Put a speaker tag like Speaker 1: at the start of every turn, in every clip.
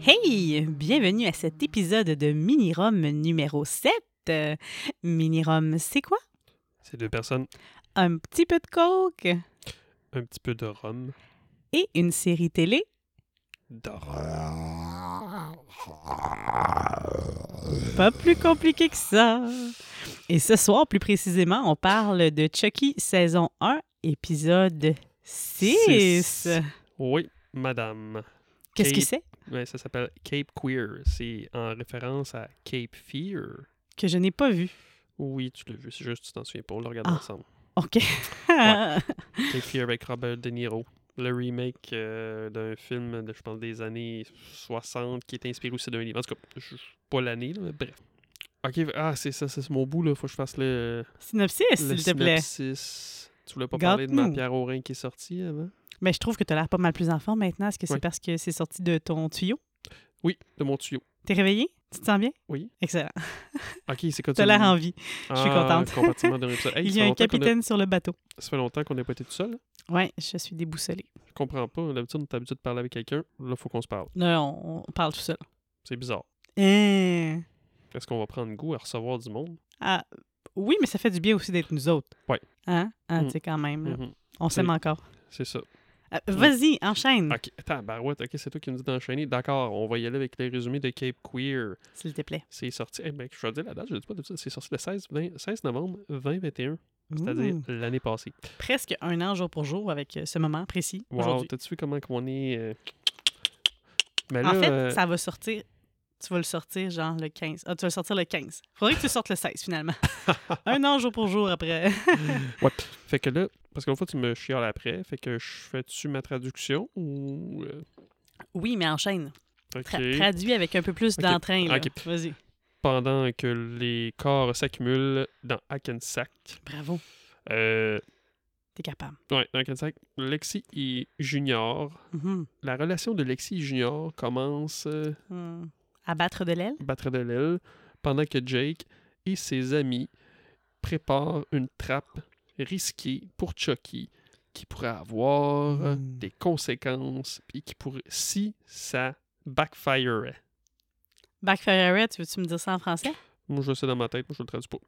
Speaker 1: Hey, bienvenue à cet épisode de Mini-Rome numéro 7. Euh, Mini-Rome, c'est quoi?
Speaker 2: C'est deux personnes,
Speaker 1: Un petit peu de coke
Speaker 2: un petit peu de rhum.
Speaker 1: et une série télé. Pas plus compliqué que ça. Et ce soir, plus précisément, on parle de Chucky saison 1, épisode 6.
Speaker 2: Six. Oui, madame.
Speaker 1: Qu'est-ce que
Speaker 2: Kate.
Speaker 1: c'est?
Speaker 2: Ouais, ça s'appelle Cape Queer. C'est en référence à Cape Fear.
Speaker 1: Que je n'ai pas vu.
Speaker 2: Oui, tu l'as vu, c'est juste que tu t'en souviens pas. On le regarde
Speaker 1: Ah.
Speaker 2: ensemble.
Speaker 1: OK.
Speaker 2: Ouais. Cape Fear avec Robert De Niro. Le remake euh, d'un film, de, je pense, des années 60 qui est inspiré aussi d'un livre. En tout cas, je- je- pas l'année, là, mais bref. Ok, ah, c'est ça, c'est mon bout, là. Faut que je fasse le,
Speaker 1: Synopsis,
Speaker 2: le
Speaker 1: s'il te plaît.
Speaker 2: synopsis. Tu voulais pas parler de ma
Speaker 1: Gâte-nous.
Speaker 2: pierre au rein qui est sortie avant?
Speaker 1: Mais je trouve que tu as l'air pas mal plus en forme maintenant. Est-ce que c'est
Speaker 2: Ouais.
Speaker 1: parce que c'est sorti de ton tuyau?
Speaker 2: Oui, de mon tuyau.
Speaker 1: T'es réveillé? Tu te sens bien?
Speaker 2: Oui.
Speaker 1: Excellent.
Speaker 2: Ok, c'est quoi
Speaker 1: T'as l'air en vie. Je
Speaker 2: Ah,
Speaker 1: suis contente.
Speaker 2: Compartiment d'un épisode. Hey,
Speaker 1: Il
Speaker 2: ça
Speaker 1: y a
Speaker 2: fait
Speaker 1: un
Speaker 2: longtemps qu'on
Speaker 1: capitaine sur le bateau.
Speaker 2: Ça fait longtemps qu'on n'a pas été tout seul. hein.
Speaker 1: Ouais, je suis déboussolée.
Speaker 2: Je comprends pas. D'habitude, on est habitué de parler avec quelqu'un. Là, faut qu'on se parle.
Speaker 1: Non, on, on parle tout seul.
Speaker 2: C'est bizarre.
Speaker 1: Hein.
Speaker 2: Est-ce qu'on va prendre goût à recevoir du monde?
Speaker 1: Ah, oui, mais ça fait du bien aussi d'être nous autres.
Speaker 2: Ouais.
Speaker 1: Hein? Hein,
Speaker 2: Mm.
Speaker 1: Tu sais, quand même. là.
Speaker 2: Mhm.
Speaker 1: On s'aime
Speaker 2: C'est-
Speaker 1: encore.
Speaker 2: C'est ça.
Speaker 1: Ah, Vas-y, enchaîne,
Speaker 2: Ok, attends, barouette. Ok, c'est toi qui nous dis d'enchaîner. D'accord, on va y aller avec les résumés de Cape Queer.
Speaker 1: s'il te plaît.
Speaker 2: C'est sorti. Eh ben, je vais dire la date, je le dis pas d'habitude. C'est sorti le 16, 20 16 novembre 2021, c'est-à-dire
Speaker 1: Ouh.
Speaker 2: l'année passée.
Speaker 1: Presque un an jour pour jour avec euh, ce moment précis
Speaker 2: Wow,
Speaker 1: aujourd'hui.
Speaker 2: t'as-tu vu comment qu'on est. euh, Mais
Speaker 1: En fait,
Speaker 2: euh,
Speaker 1: ça va sortir. Tu vas le sortir genre le 15. Ah, tu vas le sortir le 15. Faudrait que tu le sortes le 16 finalement. un an jour pour jour après.
Speaker 2: Ouais. Fait que là, parce qu'une fois, tu me chiales après. Fait que je fais-tu ma traduction ou. euh,
Speaker 1: Oui, mais enchaîne.
Speaker 2: ok.
Speaker 1: Tra- Traduis avec un peu plus
Speaker 2: Ok.
Speaker 1: d'entrain. là.
Speaker 2: Ok.
Speaker 1: Vas-y.
Speaker 2: Pendant que les corps s'accumulent dans Hackensack,
Speaker 1: Bravo.
Speaker 2: euh,
Speaker 1: T'es capable.
Speaker 2: ouais, dans Hackensack, Lexi et Junior.
Speaker 1: Mhm.
Speaker 2: La relation de Lexi et Junior commence euh,
Speaker 1: Mm. À battre de l'aile.
Speaker 2: battre de l'aile pendant que Jake et ses amis préparent une trappe risquée pour Chucky qui pourrait avoir euh,
Speaker 1: Mm.
Speaker 2: des conséquences et qui pourrait si ça backfire.
Speaker 1: Backfire, tu veux-tu me dire ça en français?
Speaker 2: Moi je le sais dans ma tête, moi je le traduis pas.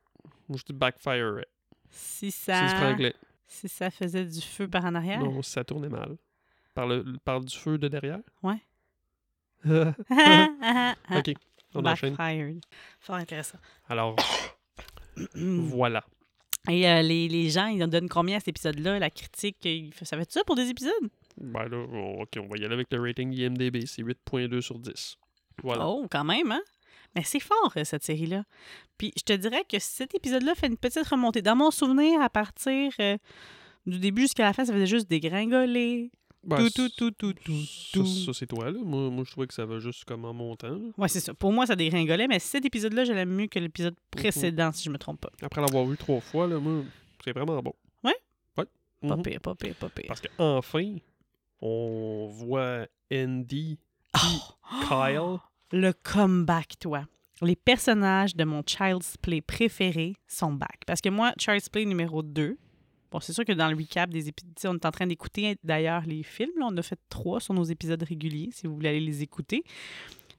Speaker 2: Moi je dis backfire.
Speaker 1: Si
Speaker 2: C'est du
Speaker 1: ça,
Speaker 2: franglais.
Speaker 1: si ça faisait du feu par en arrière.
Speaker 2: Non, ça tournait mal. Par le par du feu de derrière.
Speaker 1: Ouais. Ah,
Speaker 2: ok, on
Speaker 1: Bah,
Speaker 2: enchaîne.
Speaker 1: Backfired. ah. Fort intéressant.
Speaker 2: Alors
Speaker 1: Mm.
Speaker 2: voilà.
Speaker 1: Et euh, les, les gens, ils en donnent combien à cet épisode-là? La critique, euh, ils f- ça fait ça pour des épisodes?
Speaker 2: Ben là, on, ok, on va y aller avec le rating IMDB, c'est 8.2 sur 10. Voilà.
Speaker 1: Oh, quand même, hein? Mais c'est fort, euh, cette série-là. Puis je te dirais que cet épisode-là fait une petite remontée. Dans mon souvenir, à partir euh, du début jusqu'à la fin, ça faisait juste dégringoler.
Speaker 2: Ben,
Speaker 1: Tout,
Speaker 2: c-
Speaker 1: tout, tout, tout, tout,
Speaker 2: Ça,
Speaker 1: tout.
Speaker 2: ça, c'est toi, là. Moi, moi, je trouvais que ça va juste comme en montant. là.
Speaker 1: Ouais, c'est ça. Pour moi, ça dégringolait, mais cet épisode-là, je l'aime mieux que l'épisode
Speaker 2: Mhm.
Speaker 1: précédent, si je me trompe pas.
Speaker 2: Après l'avoir vu trois fois, là, moi, c'est vraiment bon.
Speaker 1: Ouais?
Speaker 2: Ouais.
Speaker 1: Pas
Speaker 2: Mhm.
Speaker 1: pire, pas pire, pas pire.
Speaker 2: Parce qu'enfin, on voit Andy,
Speaker 1: Ah!
Speaker 2: Kyle.
Speaker 1: Le comeback, toi. Les personnages de mon Child's Play préféré sont back. Parce que moi, Child's Play numéro 2, bon, c'est sûr que dans le recap des épisodes, on est en train d'écouter d'ailleurs les films. là. on a fait trois sur nos épisodes réguliers, si vous voulez aller les écouter.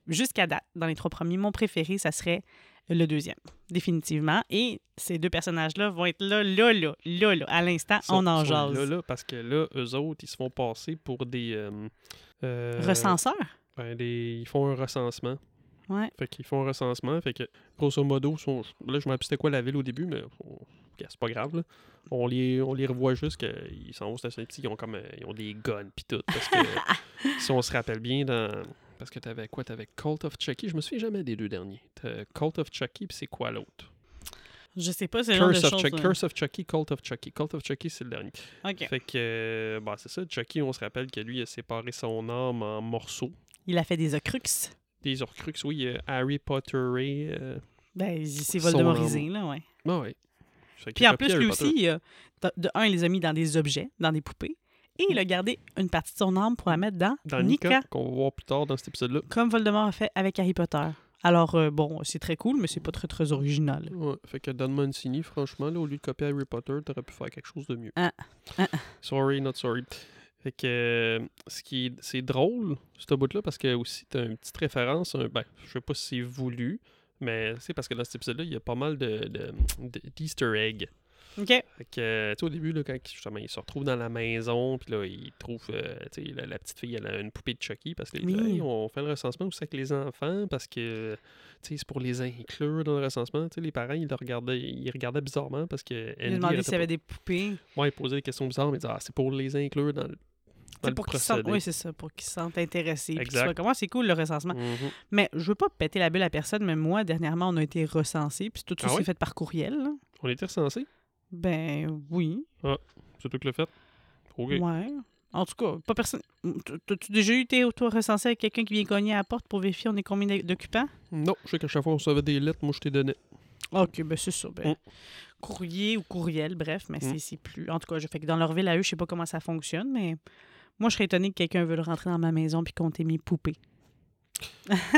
Speaker 1: Jusqu'à date, dans les trois premiers, mon préféré, ça serait le deuxième, définitivement. Et ces deux personnages-là vont être là, là, là, là, là. À l'instant,
Speaker 2: sont-
Speaker 1: on en
Speaker 2: sont
Speaker 1: jase.
Speaker 2: Là, là, parce que là, eux autres, ils se font passer pour des. euh, euh,
Speaker 1: Recenseur?
Speaker 2: ben, des- ils font un recensement.
Speaker 1: Ouais.
Speaker 2: Fait qu'ils font un recensement. Fait que, grosso modo, sont, là, je me rappelle plus c'était quoi la ville au début, mais on- ok, c'est pas grave. là. On, les, on les revoit juste qu'ils s'en vont stationner. Ils ont, comme, euh, ils ont des guns pis tout. Parce que, si on se rappelle bien, dans. Parce que t'avais quoi T'avais Cult of Chucky. Je me souviens jamais des deux derniers. T'as Cult of Chucky, puis c'est quoi l'autre
Speaker 1: Je sais pas, c'est le genre de
Speaker 2: Curse, of
Speaker 1: choses,
Speaker 2: Chucky-
Speaker 1: là.
Speaker 2: Curse of Chucky, Cult of Chucky. Cult of Chucky, c'est le dernier.
Speaker 1: OK.
Speaker 2: Fait que, euh, bah, c'est ça. Chucky, on se rappelle que lui, il a séparé son âme en morceaux.
Speaker 1: Il a fait des ocrux.
Speaker 2: Des Horcrux, oui, euh, Harry Potter. Euh...
Speaker 1: Ben, c'est
Speaker 2: Son
Speaker 1: Voldemortisé, là, ouais.
Speaker 2: Ah ouais. Fait qu'il
Speaker 1: Puis en
Speaker 2: copie
Speaker 1: plus,
Speaker 2: Harry
Speaker 1: lui
Speaker 2: Potter.
Speaker 1: aussi, il a- de, de un, il les a mis dans des objets, dans des poupées, et il a gardé une partie de son âme pour la mettre dans,
Speaker 2: Dans Nika, hein, qu'on va voir plus tard dans cet épisode-là.
Speaker 1: comme Voldemort a fait avec Harry Potter. Alors, euh, bon, c'est très cool, mais c'est pas très, très original.
Speaker 2: Ouais, fait que Don Mancini, franchement, là, au lieu de copier Harry Potter, t'aurais pu faire quelque chose de mieux.
Speaker 1: Ah, ah, ah.
Speaker 2: Sorry, not sorry. Fait que euh, ce qui est- c'est drôle, ce bout-là, parce que aussi, t'as une petite référence, un, ben, je sais pas si c'est voulu, mais c'est parce que dans cet épisode-là, il y a pas mal de, de- de- d'Easter eggs.
Speaker 1: OK.
Speaker 2: Fait que, tu sais, au début, là, quand justement, il se retrouve dans la maison, puis là, il trouve, euh, tu sais, la, la petite fille, elle a une poupée de Chucky, parce que là, il dit,
Speaker 1: Oui.
Speaker 2: Hey, on fait le recensement aussi avec les enfants, parce que, tu sais, c'est pour les inclure dans le recensement. Tu sais, les parents, ils le regardaient, ils regardaient bizarrement, parce que
Speaker 1: Il a
Speaker 2: Andy
Speaker 1: demandé
Speaker 2: arrêtait
Speaker 1: s'il y
Speaker 2: pas-
Speaker 1: avait des poupées.
Speaker 2: Ouais, il posait des questions bizarres, mais il disait, ah, c'est pour les inclure dans le, dans
Speaker 1: C'est
Speaker 2: le
Speaker 1: pour qu'ils se
Speaker 2: procédé.
Speaker 1: sentent, oui, c'est ça, pour qu'ils se sentent intéressés. puis qu'ils
Speaker 2: Exact.
Speaker 1: soient comme, Ah, c'est cool le recensement.
Speaker 2: Mhm.
Speaker 1: Mais je veux pas péter la bulle à personne, mais moi, dernièrement, on a été recensés, puis tout ça,
Speaker 2: Ah
Speaker 1: c'est
Speaker 2: oui?
Speaker 1: fait par courriel. là.
Speaker 2: On était recensés,
Speaker 1: Ben oui,
Speaker 2: c'est tout que le fait. OK.
Speaker 1: ouais. En tout cas, pas personne. T'as-tu déjà eu été toi recensé avec quelqu'un qui vient cogner à la porte pour vérifier on est combien d'oc- d'occupants?
Speaker 2: Non, je sais qu'à chaque fois, on recevait des lettres, moi, je t'ai donné.
Speaker 1: OK, ben c'est ça. ben,
Speaker 2: Mm.
Speaker 1: Courrier ou courriel, bref, mais c'est-
Speaker 2: Mm.
Speaker 1: c'est plus. En tout cas, je fais que dans leur ville à eux, je sais pas comment ça fonctionne, mais moi, je serais étonnée que quelqu'un veuille rentrer dans ma maison puis compter mes poupées.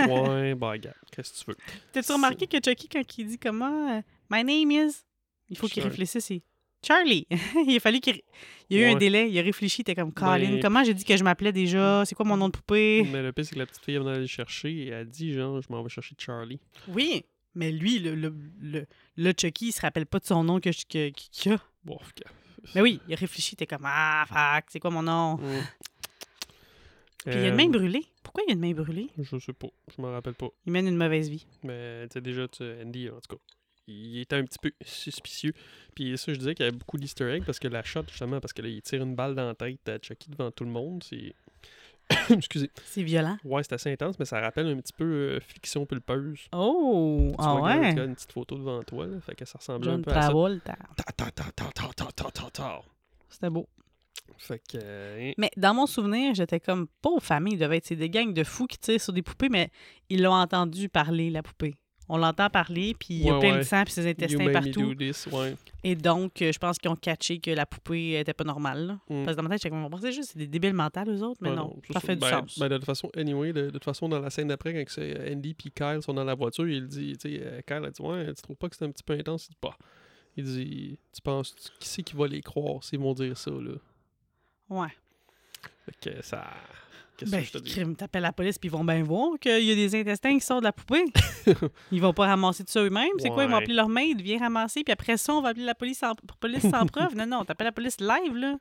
Speaker 2: ouais, bah, regarde, qu'est-ce que tu veux.
Speaker 1: T'as-tu remarqué que Chucky, quand il dit comment euh, My name is il faut qu'il
Speaker 2: Charlie.
Speaker 1: réfléchisse. C'est Charlie. il a fallu qu'il. ré- Il y a eu
Speaker 2: Ouais.
Speaker 1: un délai. Il a réfléchi. T'es comme Colin.
Speaker 2: Mais-
Speaker 1: Comment j'ai dit que je m'appelais déjà C'est quoi mon nom de poupée
Speaker 2: Mais le pire, c'est que la petite fille, elle venait aller le chercher et elle dit genre, je m'en vais chercher Charlie.
Speaker 1: Oui. Mais lui, le, le, le, le Chucky, il se rappelle pas de son nom que je- que- qu'il a.
Speaker 2: Bon, fuck off.
Speaker 1: Mais oui, il a réfléchi. T'es comme Ah, fuck, c'est quoi mon nom
Speaker 2: Mm.
Speaker 1: Puis il y a
Speaker 2: Euh,
Speaker 1: une main brûlée. Pourquoi il y a une main brûlée
Speaker 2: Je sais pas, je m'en rappelle pas.
Speaker 1: Il mène une mauvaise vie.
Speaker 2: Mais tu sais, déjà, tu- Andy, en tout cas, il était un petit peu suspicieux. Puis ça, je disais qu'il y avait beaucoup d'easter eggs parce que la shot, justement, parce que là, il tire une balle dans la tête à Chucky devant tout le monde, c'est. Excusez.
Speaker 1: C'est violent.
Speaker 2: Ouais, c'est assez intense, mais ça rappelle un petit peu euh, fiction pulpeuse.
Speaker 1: Oh,
Speaker 2: Tu
Speaker 1: ah
Speaker 2: vois quand-
Speaker 1: ouais.
Speaker 2: quand une petite photo devant toi, là, fait que ça ressemblait un
Speaker 1: John
Speaker 2: peu à ça.
Speaker 1: Travolta.
Speaker 2: Ta, ta, ta, ta, ta, ta, ta, ta, ta.
Speaker 1: C'était beau.
Speaker 2: Fait que. euh,
Speaker 1: Mais dans mon souvenir, j'étais comme pauvre famille, il devait être c'est des gangs de fous qui tirent sur des poupées, mais ils l'ont entendu parler, la poupée. On l'entend parler, puis il y a
Speaker 2: Ouais,
Speaker 1: plein
Speaker 2: ouais.
Speaker 1: de sang, puis ses
Speaker 2: You
Speaker 1: intestins
Speaker 2: made me
Speaker 1: partout.
Speaker 2: do this, ouais.
Speaker 1: Et donc, euh, je pense qu'ils ont catché que la poupée était pas normale. là.
Speaker 2: Mm.
Speaker 1: Parce que dans ma tête, j'étais comme, Bon, c'est juste c'est des débiles mentales, eux autres, mais
Speaker 2: Ouais,
Speaker 1: non,
Speaker 2: ça,
Speaker 1: ça
Speaker 2: c'est-
Speaker 1: fait du
Speaker 2: ben-
Speaker 1: sens.
Speaker 2: ben, de toute façon, anyway, de, de toute façon, dans la scène d'après, quand c'est euh, Andy puis Kyle sont dans la voiture, il dit, tu sais, euh, Kyle a dit, ouais, tu trouves pas que c'est un petit peu intense? Il dit, bah. Il dit, tu penses, tu- qui c'est qui va les croire s'ils vont dire ça, là?
Speaker 1: ouais.
Speaker 2: Fait que ça. Ben, Qu'est-ce
Speaker 1: Ben,
Speaker 2: que je te dis?
Speaker 1: crime, t'appelles la police, puis ils vont bien voir qu'il y a des intestins qui sortent de la poupée. ils vont pas ramasser tout ça eux-mêmes. C'est quoi, ils vont
Speaker 2: Ouais.
Speaker 1: appeler leur maid, viens ramasser, puis après ça, on va appeler la police sans, police sans preuve. Non, non, t'appelles la police live, là.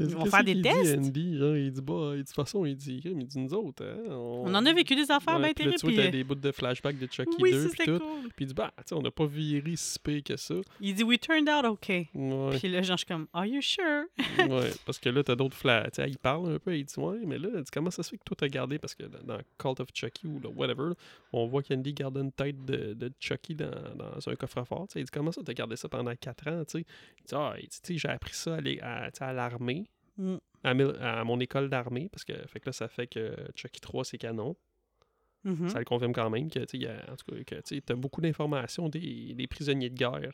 Speaker 1: Ils vont
Speaker 2: Qu'est-ce
Speaker 1: faire des
Speaker 2: qu'il
Speaker 1: tests?
Speaker 2: Dit, Andy, genre, il dit, bah, il dit, de toute façon, il dit, crime, il dit, nous autres, hein,
Speaker 1: On en a vécu des affaires bien
Speaker 2: Ouais, puis là,
Speaker 1: terribles.
Speaker 2: tu vois, t'as
Speaker 1: puis- euh,
Speaker 2: des bouts de flashback de Chucky
Speaker 1: Oui,
Speaker 2: 2
Speaker 1: ça,
Speaker 2: puis
Speaker 1: c'était
Speaker 2: tout.
Speaker 1: cool.
Speaker 2: Puis il dit, bah, tu sais, on n'a pas viré si pire que ça.
Speaker 1: Il dit, We turned out okay.
Speaker 2: Ouais.
Speaker 1: Puis là, genre, je suis comme, Are you sure?
Speaker 2: ouais, parce que là, t'as d'autres flats. Tu sais, il parle un peu, il dit Ouais, mais là, elle dit, comment ça se fait que toi t'as gardé Parce que dans dans Cult of Chucky ou là, whatever, on voit qu'Andy garde une tête de, de Chucky dans, dans un coffre-fort. Tu sais, Il dit Comment ça, t'as gardé ça pendant 4 ans tu sais? Il dit Ah, il dit, tu sais, j'ai appris ça à, l'é- à, tu sais, à l'armée,
Speaker 1: Mm.
Speaker 2: à, mil- à mon école d'armée, parce que, fait que là, ça fait que Chucky 3, c'est canon.
Speaker 1: Mhm.
Speaker 2: Ça le confirme quand même que, tu sais, il y a- en tout cas, que, tu sais, t'as beaucoup d'informations des, des prisonniers de guerre.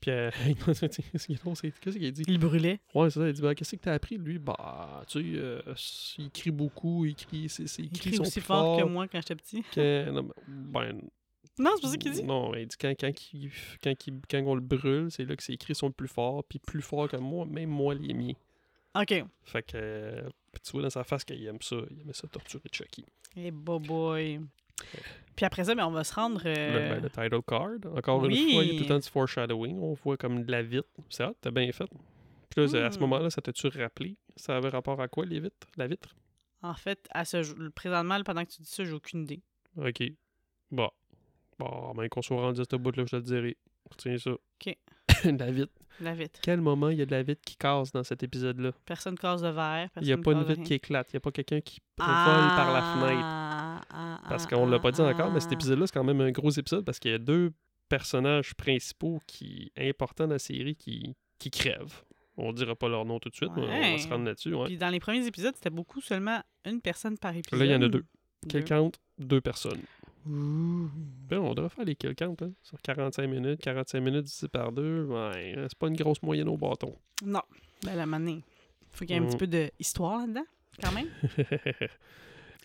Speaker 2: Puis, euh, c'est- c'est- c'est- qu'est-ce qu'il dit
Speaker 1: Il brûlait.
Speaker 2: Ouais, c'est ça. Il dit, ben, qu'est-ce que t'as appris, lui? Bah, tu sais, euh, s- il crie beaucoup, il crie, c'est, c'est,
Speaker 1: Il
Speaker 2: crie
Speaker 1: crie aussi fort que moi quand j'étais petit.
Speaker 2: non, ben, ben,
Speaker 1: Non, c'est pas ça qu'il dit.
Speaker 2: Non, ben, il dit, quand, quand, qu'il- quand, qu'il- quand on le brûle, c'est là que ses cris sont le plus forts, puis plus forts que moi, même moi, les miens.
Speaker 1: OK. Eh,
Speaker 2: Fait que, euh, puis tu vois dans sa face qu'il aime ça, il aime ça torturer Chucky.
Speaker 1: bo boy. Puis après ça, mais on va se rendre.
Speaker 2: Le,
Speaker 1: euh,
Speaker 2: ben, le title card, encore une
Speaker 1: oui.
Speaker 2: fois, il y a tout le temps du foreshadowing, on voit comme de la vitre. C'est hot, t'as bien fait. Puis là, à ce
Speaker 1: Hmm.
Speaker 2: moment-là, ça t'a-tu rappelé? Ça avait rapport à quoi, les vitres? La vitre?
Speaker 1: En fait, à ce jour- présentement, pendant que tu dis ça, j'ai aucune idée.
Speaker 2: OK. Bon. Bon, ben qu'on soit rendu à ce bout-là, je te le dirai. Retiens ça.
Speaker 1: OK.
Speaker 2: de la vitre.
Speaker 1: La vitre.
Speaker 2: Quel moment il y a de la vitre qui casse dans cet épisode-là?
Speaker 1: Personne casse de verre.
Speaker 2: Il n'y a
Speaker 1: personne
Speaker 2: pas une
Speaker 1: casse
Speaker 2: vitre
Speaker 1: rien.
Speaker 2: qui éclate. Il n'y a pas quelqu'un qui vole
Speaker 1: Ah,
Speaker 2: par la fenêtre.
Speaker 1: ah,
Speaker 2: Parce
Speaker 1: ah,
Speaker 2: qu'on l'a
Speaker 1: ah,
Speaker 2: pas dit encore, mais cet
Speaker 1: ah.
Speaker 2: épisode-là, c'est quand même un gros épisode parce qu'il y a deux personnages principaux qui importants dans la série qui, qui crèvent. On dira pas leur nom tout de suite, mais on va
Speaker 1: Ouais.
Speaker 2: se rendre là-dessus. ouais.
Speaker 1: Puis dans les premiers épisodes, c'était beaucoup seulement une personne par épisode.
Speaker 2: Là, il y en a deux.
Speaker 1: Deux.
Speaker 2: Kill count, deux personnes.
Speaker 1: Ouh.
Speaker 2: Ben, on devrait faire les kill count, hein, sur 45 minutes, 45 minutes divisé par deux, ouais, hein, c'est pas une grosse moyenne au bâton.
Speaker 1: Non. Ben, la manée. Faut qu'il y ait un
Speaker 2: Mm.
Speaker 1: petit peu d'histoire là-dedans, quand même.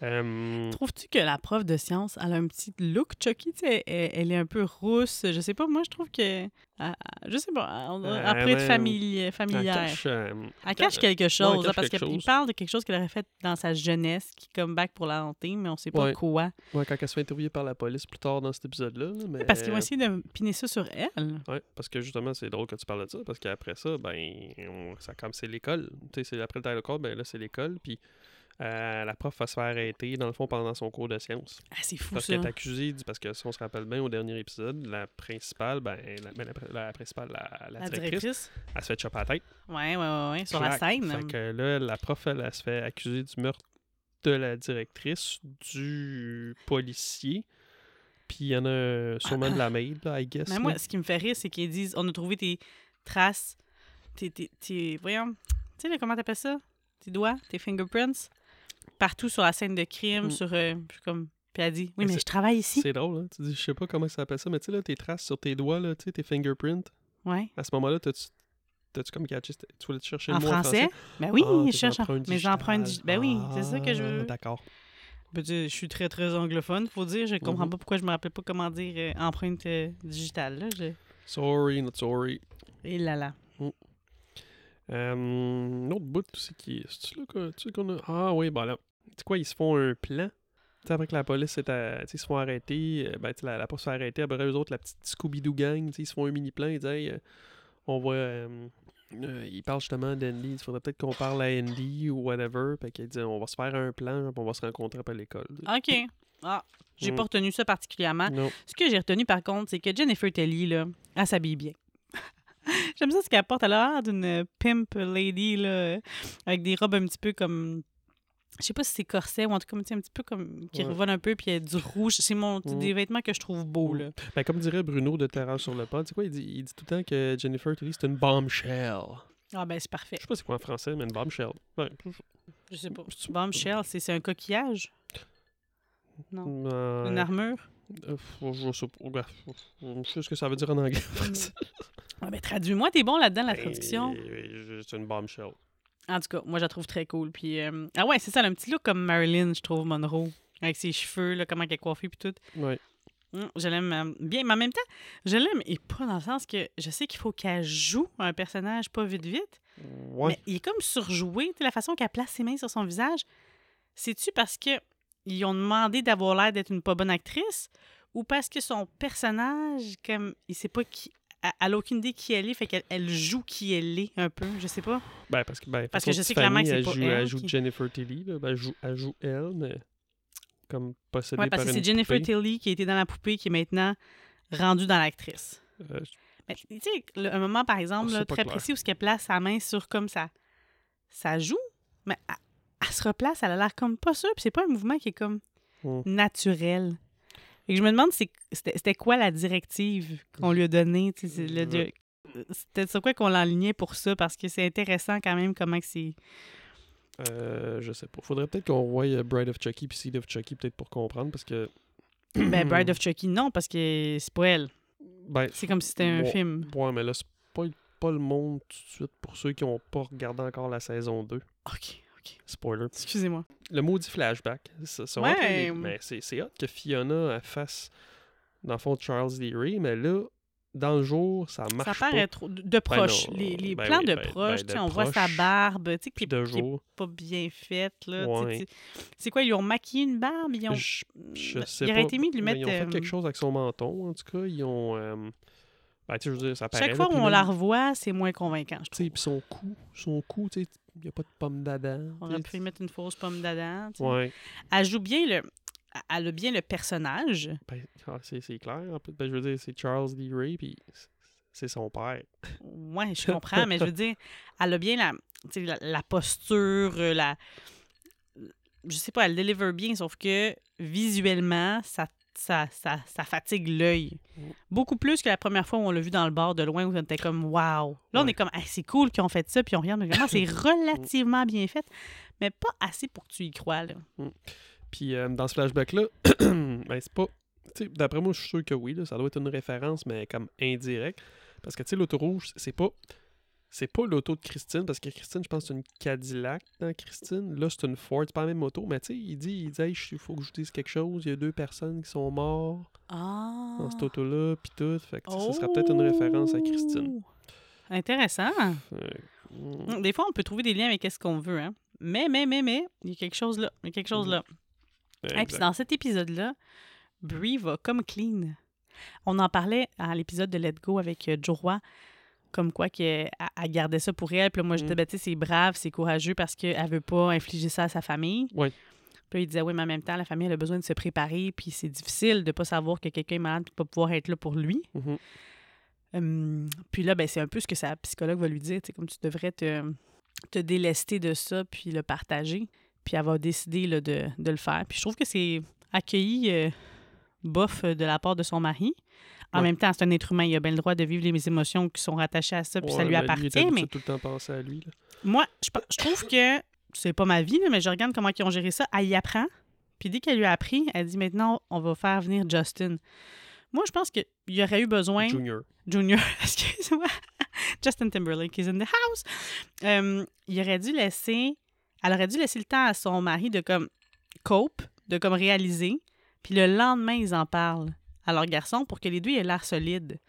Speaker 2: Euh,
Speaker 1: Trouves-tu que la prof de sciences, elle a un petit look Chucky, tu sais, elle, elle est un peu rousse, je sais pas, moi je trouve que, ah, ah, je sais pas, on-
Speaker 2: Euh,
Speaker 1: après de
Speaker 2: ouais.
Speaker 1: famille,
Speaker 2: elle
Speaker 1: familière.
Speaker 2: cache, euh,
Speaker 1: Elle cache quelque chose,
Speaker 2: elle
Speaker 1: là,
Speaker 2: cache
Speaker 1: parce
Speaker 2: quelque
Speaker 1: qu'il
Speaker 2: chose.
Speaker 1: parle de quelque chose qu'elle aurait fait dans sa jeunesse, qui comme back pour la hanter, mais on sait pas
Speaker 2: Ouais.
Speaker 1: quoi.
Speaker 2: ouais, quand elle se fait interviewer par la police plus tard dans cet épisode-là. là, Mais...
Speaker 1: Parce qu'ils vont essayer de piner ça sur elle.
Speaker 2: Ouais, parce que justement, c'est drôle que tu parles de ça, parce qu'après ça, ben, on- ça comme c'est l'école. Tu sais, c'est après le taille de corps, ben là, c'est l'école, puis euh, la prof va se faire arrêter, dans le fond, pendant son cours de sciences.
Speaker 1: Ah, c'est fou
Speaker 2: Parce
Speaker 1: ça.
Speaker 2: qu'elle est accusée, du- parce que si on se rappelle bien au dernier épisode, la principale, ben, la, ben, la- la principale, la, la
Speaker 1: La
Speaker 2: directrice,
Speaker 1: directrice.
Speaker 2: elle se fait choper la tête.
Speaker 1: Ouais, ouais, ouais, ouais, sur la
Speaker 2: Clac.
Speaker 1: scène.
Speaker 2: Fait que là, la prof, elle, elle se fait accuser du meurtre de la directrice, du policier, puis il y en a sûrement de la maid, là, I guess.
Speaker 1: Mais
Speaker 2: là.
Speaker 1: moi, ce qui me fait rire, c'est qu'ils disent on a trouvé tes traces, tes. tes, tes- voyons, tu sais, là, comment t'appelles ça Tes doigts, tes fingerprints, partout sur la scène de crime,
Speaker 2: Mm.
Speaker 1: sur. euh, je suis comme. Puis elle dit oui,
Speaker 2: Mais
Speaker 1: mais
Speaker 2: c'est-
Speaker 1: je travaille ici.
Speaker 2: C'est drôle, hein? Tu dis, je sais pas comment ça s'appelle ça, mais tu sais, là, tes traces sur tes doigts, là, tu sais, tes fingerprints,
Speaker 1: Ouais.
Speaker 2: à ce moment-là, t'as-tu t'as-tu comme catché, c'était- tu voulais te chercher
Speaker 1: En
Speaker 2: le mot
Speaker 1: français?
Speaker 2: en français?
Speaker 1: Ben oui,
Speaker 2: Ah,
Speaker 1: je
Speaker 2: tes
Speaker 1: cherche en- mes empreintes. dig-
Speaker 2: digitales.
Speaker 1: Ben oui, c'est ça que je
Speaker 2: Ah,
Speaker 1: veux.
Speaker 2: D'accord.
Speaker 1: Ben, tu sais, je suis très, très anglophone, faut dire. Je comprends
Speaker 2: Mhm.
Speaker 1: pas pourquoi je me rappelle pas comment dire euh, empreinte euh, digitale. Là, je...
Speaker 2: Sorry, not sorry.
Speaker 1: Et là là.
Speaker 2: Euh, un autre bout aussi qui est. C'est-tu là que- tu sais qu'on a. Ah oui, ben là. Tu sais quoi, ils se font un plan. Tu sais, après que la police est à- tu sais, ils se font arrêter, euh, ben, tu sais, la, la police se fait arrêter, après eux autres, la petite Scooby-Doo gang, tu sais, ils se font un mini-plan, ils disent, Hey, euh, on va. euh, euh, ils parlent justement d'Andy, il faudrait peut-être qu'on parle à Andy ou whatever, puis qu'ils disent, on va se faire un plan, puis on va se rencontrer après l'école.
Speaker 1: OK. Ah, j'ai
Speaker 2: Mm.
Speaker 1: pas retenu ça particulièrement.
Speaker 2: Non.
Speaker 1: Ce que j'ai retenu, par contre, c'est que Jennifer Telly, là, elle s'habille bien. J'aime ça ce qu'elle porte. Elle a l'air d'une pimp lady, là, avec des robes un petit peu comme. Je sais pas si c'est corset ou en tout cas, tu sais, un petit peu comme. qui
Speaker 2: Ouais.
Speaker 1: revolent un peu, puis il y a du rouge. C'est mon
Speaker 2: Mm.
Speaker 1: des vêtements que je trouve beaux, oh là.
Speaker 2: Ben, comme dirait Bruno de Terreur sur le pod, tu sais quoi, il dit, il dit tout le temps que Jennifer Tilly, c'est une bombshell.
Speaker 1: Ah, ben, c'est parfait.
Speaker 2: Je sais pas c'est quoi en français, mais une bombshell. Ben, Ouais.
Speaker 1: Je sais pas. Bombshell, c'est c'est un coquillage,
Speaker 2: Euh,
Speaker 1: une armure.
Speaker 2: Euh, faut- Je sais pas ouais, faut- faut- je sais ce que ça veut dire en anglais.
Speaker 1: Ah, ben, traduis-moi, t'es bon là-dedans, la Mm, traduction.
Speaker 2: Ben, euh, C'est une bombshell.
Speaker 1: En tout cas, moi, je la trouve très cool. Puis, euh, ah ouais, c'est ça, elle a un petit look comme Marilyn, je trouve, Monroe. Avec ses cheveux, là, comment elle est coiffée, puis tout.
Speaker 2: Ouais.
Speaker 1: Hum, Je l'aime euh, bien, mais en même temps, je l'aime et pas dans le sens que je sais qu'il faut qu'elle joue un personnage pas vite vite,
Speaker 2: Ouais.
Speaker 1: mais il est comme surjoué, Tu sais, la façon qu'elle place ses mains sur son visage. C'est-tu parce que ils ont demandé d'avoir l'air d'être une pas bonne actrice ou parce que son personnage comme il sait pas qui elle- elle a aucune idée qui elle est, fait qu'elle elle joue qui elle est un peu, je sais pas.
Speaker 2: Ben, parce que, ben,
Speaker 1: Parce
Speaker 2: façon,
Speaker 1: que je sais
Speaker 2: Tiffany,
Speaker 1: clairement que c'est
Speaker 2: elle
Speaker 1: pas
Speaker 2: joue,
Speaker 1: elle
Speaker 2: elle joue
Speaker 1: qui-
Speaker 2: Jennifer Tilly. là. Ben, elle, joue, elle joue elle, mais comme possédée
Speaker 1: Ouais, parce que
Speaker 2: par
Speaker 1: c'est
Speaker 2: une
Speaker 1: Jennifer
Speaker 2: poupée.
Speaker 1: Tilly qui était dans la poupée qui est maintenant rendue dans l'actrice.
Speaker 2: Euh,
Speaker 1: Mais tu sais, le- un moment, par exemple,
Speaker 2: Ah, c'est
Speaker 1: là,
Speaker 2: pas
Speaker 1: très
Speaker 2: clair.
Speaker 1: précis où ce qu'elle place sa main sur comme ça, ça joue, mais elle, elle se replace, elle a l'air comme pas sûre, puis c'est pas un mouvement qui est comme
Speaker 2: Hmm.
Speaker 1: naturel. Et je me demande c'est- c'était c'était quoi la directive qu'on lui a donnée, tu sais, c'est le-
Speaker 2: Ouais.
Speaker 1: c'était sur quoi qu'on l'enlignait pour ça, parce que c'est intéressant quand même comment que c'est...
Speaker 2: euh, je sais pas. Faudrait peut-être qu'on voie euh, Bride of Chucky puis Seed of Chucky, peut-être pour comprendre, parce que.
Speaker 1: ben, Bride of Chucky, non, parce que c'est pas elle.
Speaker 2: Ben,
Speaker 1: C'est comme si c'était un
Speaker 2: Ouais.
Speaker 1: film.
Speaker 2: ouais, mais là, c'est pas, pas le monde tout de suite pour ceux qui ont pas regardé encore la saison 2.
Speaker 1: OK, OK.
Speaker 2: Spoiler.
Speaker 1: Excusez-moi.
Speaker 2: le maudit flashback. Ça, ça,
Speaker 1: Ouais.
Speaker 2: hot, là, les- mais c'est, c'est hot que Fiona elle fasse, dans le fond, Charles Leary, mais là, dans le jour, ça
Speaker 1: Ça
Speaker 2: marche
Speaker 1: paraît
Speaker 2: pas.
Speaker 1: trop... De de proche.
Speaker 2: non,
Speaker 1: les les
Speaker 2: ben
Speaker 1: plans
Speaker 2: oui,
Speaker 1: de
Speaker 2: ben- ben,
Speaker 1: proche, tu
Speaker 2: de
Speaker 1: sais, on voit sa
Speaker 2: proche,
Speaker 1: barbe, tu sais, qui
Speaker 2: Puis
Speaker 1: est-
Speaker 2: de
Speaker 1: qui est
Speaker 2: jour,
Speaker 1: pas bien faite. Là, tu sais,
Speaker 2: Ouais.
Speaker 1: tu- C'est quoi, ils lui ont maquillé une barbe? Ils ont...
Speaker 2: je, je
Speaker 1: Il
Speaker 2: sais
Speaker 1: aurait
Speaker 2: pas,
Speaker 1: été mieux de lui
Speaker 2: mais
Speaker 1: mettre,
Speaker 2: Ils ont fait
Speaker 1: euh,
Speaker 2: quelque chose avec son menton, en tout cas. Ils ont... euh, ben, tu sais, je veux dire, ça paraît.
Speaker 1: Chaque
Speaker 2: là,
Speaker 1: fois
Speaker 2: puis
Speaker 1: qu'on
Speaker 2: même,
Speaker 1: la revoit, c'est moins convaincant, je
Speaker 2: Tu
Speaker 1: trouve.
Speaker 2: sais, puis son cou, son cou, tu sais, il n'y a pas de pomme d'Adam.
Speaker 1: On
Speaker 2: tu sais,
Speaker 1: aurait pu y mettre hein. une fausse pomme d'Adam. tu sais.
Speaker 2: Ouais,
Speaker 1: Elle joue bien le... Elle a bien le personnage.
Speaker 2: ben, ah, c'est, c'est clair. En plus, ben, je veux dire, c'est Charles Leary, puis c'est- c'est son père.
Speaker 1: Ouais, je comprends, mais je veux dire, elle a bien la, tu sais, la, la posture, euh, la... Je sais pas, elle deliver bien, sauf que visuellement, ça, ça, ça, ça fatigue l'œil. Beaucoup plus que la première fois où on l'a vu dans le bar de loin, où on était comme « wow ». Là, on
Speaker 2: Ouais.
Speaker 1: est comme Ah, c'est cool qu'ils ont fait ça », puis on regarde, mais vraiment, c'est relativement bien fait, mais pas assez pour que tu y crois, là.
Speaker 2: Puis euh, dans ce flashback-là, ben, c'est pas. tu sais, D'après moi, je suis sûr que oui, là, ça doit être une référence, mais comme indirecte. Parce que tu sais, l'autoroute, c'est pas C'est pas l'auto de Christine, parce que Christine, je pense que c'est une Cadillac dans Christine. Là, c'est une Ford, c'est pas la même moto, mais tu sais, il dit, il dit Hey, il faut que je vous dise quelque chose, il y a deux personnes qui sont mortes
Speaker 1: Ah!
Speaker 2: dans cette auto-là, puis tout. Fait que tu sais, ça serait peut-être une référence à Christine.
Speaker 1: Oh! Intéressant.
Speaker 2: Euh, mm,
Speaker 1: Des fois, on peut trouver des liens avec ce qu'on veut. Hein. Mais, mais, mais, mais, il y a quelque chose là. Il y a quelque chose là. Et puis
Speaker 2: Mm, exact.
Speaker 1: dans cet épisode-là, Brie va comme clean. On en parlait à l'épisode de Let Go avec euh, Joe Roy, comme quoi qu'elle elle gardait ça pour elle. Puis là, moi, j'étais,
Speaker 2: Mm.
Speaker 1: ben, tu sais, c'est brave, c'est courageux parce qu'elle veut pas infliger ça à sa famille.
Speaker 2: Ouais.
Speaker 1: Puis là, il disait, oui, mais en même temps, la famille, elle a besoin de se préparer. Puis c'est difficile de pas savoir que quelqu'un est malade et de pas pouvoir être là pour lui.
Speaker 2: Mhm.
Speaker 1: Hum, puis là, ben, c'est un peu ce que sa psychologue va lui dire. C'est comme tu devrais te, te délester de ça, puis le partager. Puis elle va décider là, de, de le faire. Puis je trouve que c'est accueilli euh, bof euh, de la part de son mari. En
Speaker 2: Ouais.
Speaker 1: même temps, c'est un être humain. Il a bien le droit de vivre les émotions qui sont rattachées à ça, puis ça
Speaker 2: Ouais,
Speaker 1: lui
Speaker 2: ben, il est
Speaker 1: appartient.
Speaker 2: habitué
Speaker 1: Mais
Speaker 2: de tout le temps penser à lui. là.
Speaker 1: moi, je, pe- je trouve que c'est pas ma vie, là, mais je regarde comment ils ont géré ça. Elle y apprend. Puis dès qu'elle lui a appris, elle dit maintenant, on va faire venir Justin. Moi, je pense qu'il y aurait eu besoin.
Speaker 2: Junior.
Speaker 1: Junior, excuse-moi, Justin Timberlake is in the house. Euh, il aurait dû laisser, elle aurait dû laisser le temps à son mari de comme cope, de comme réaliser. Puis le lendemain, ils en parlent à leur garçon pour que les deux aient l'air solides.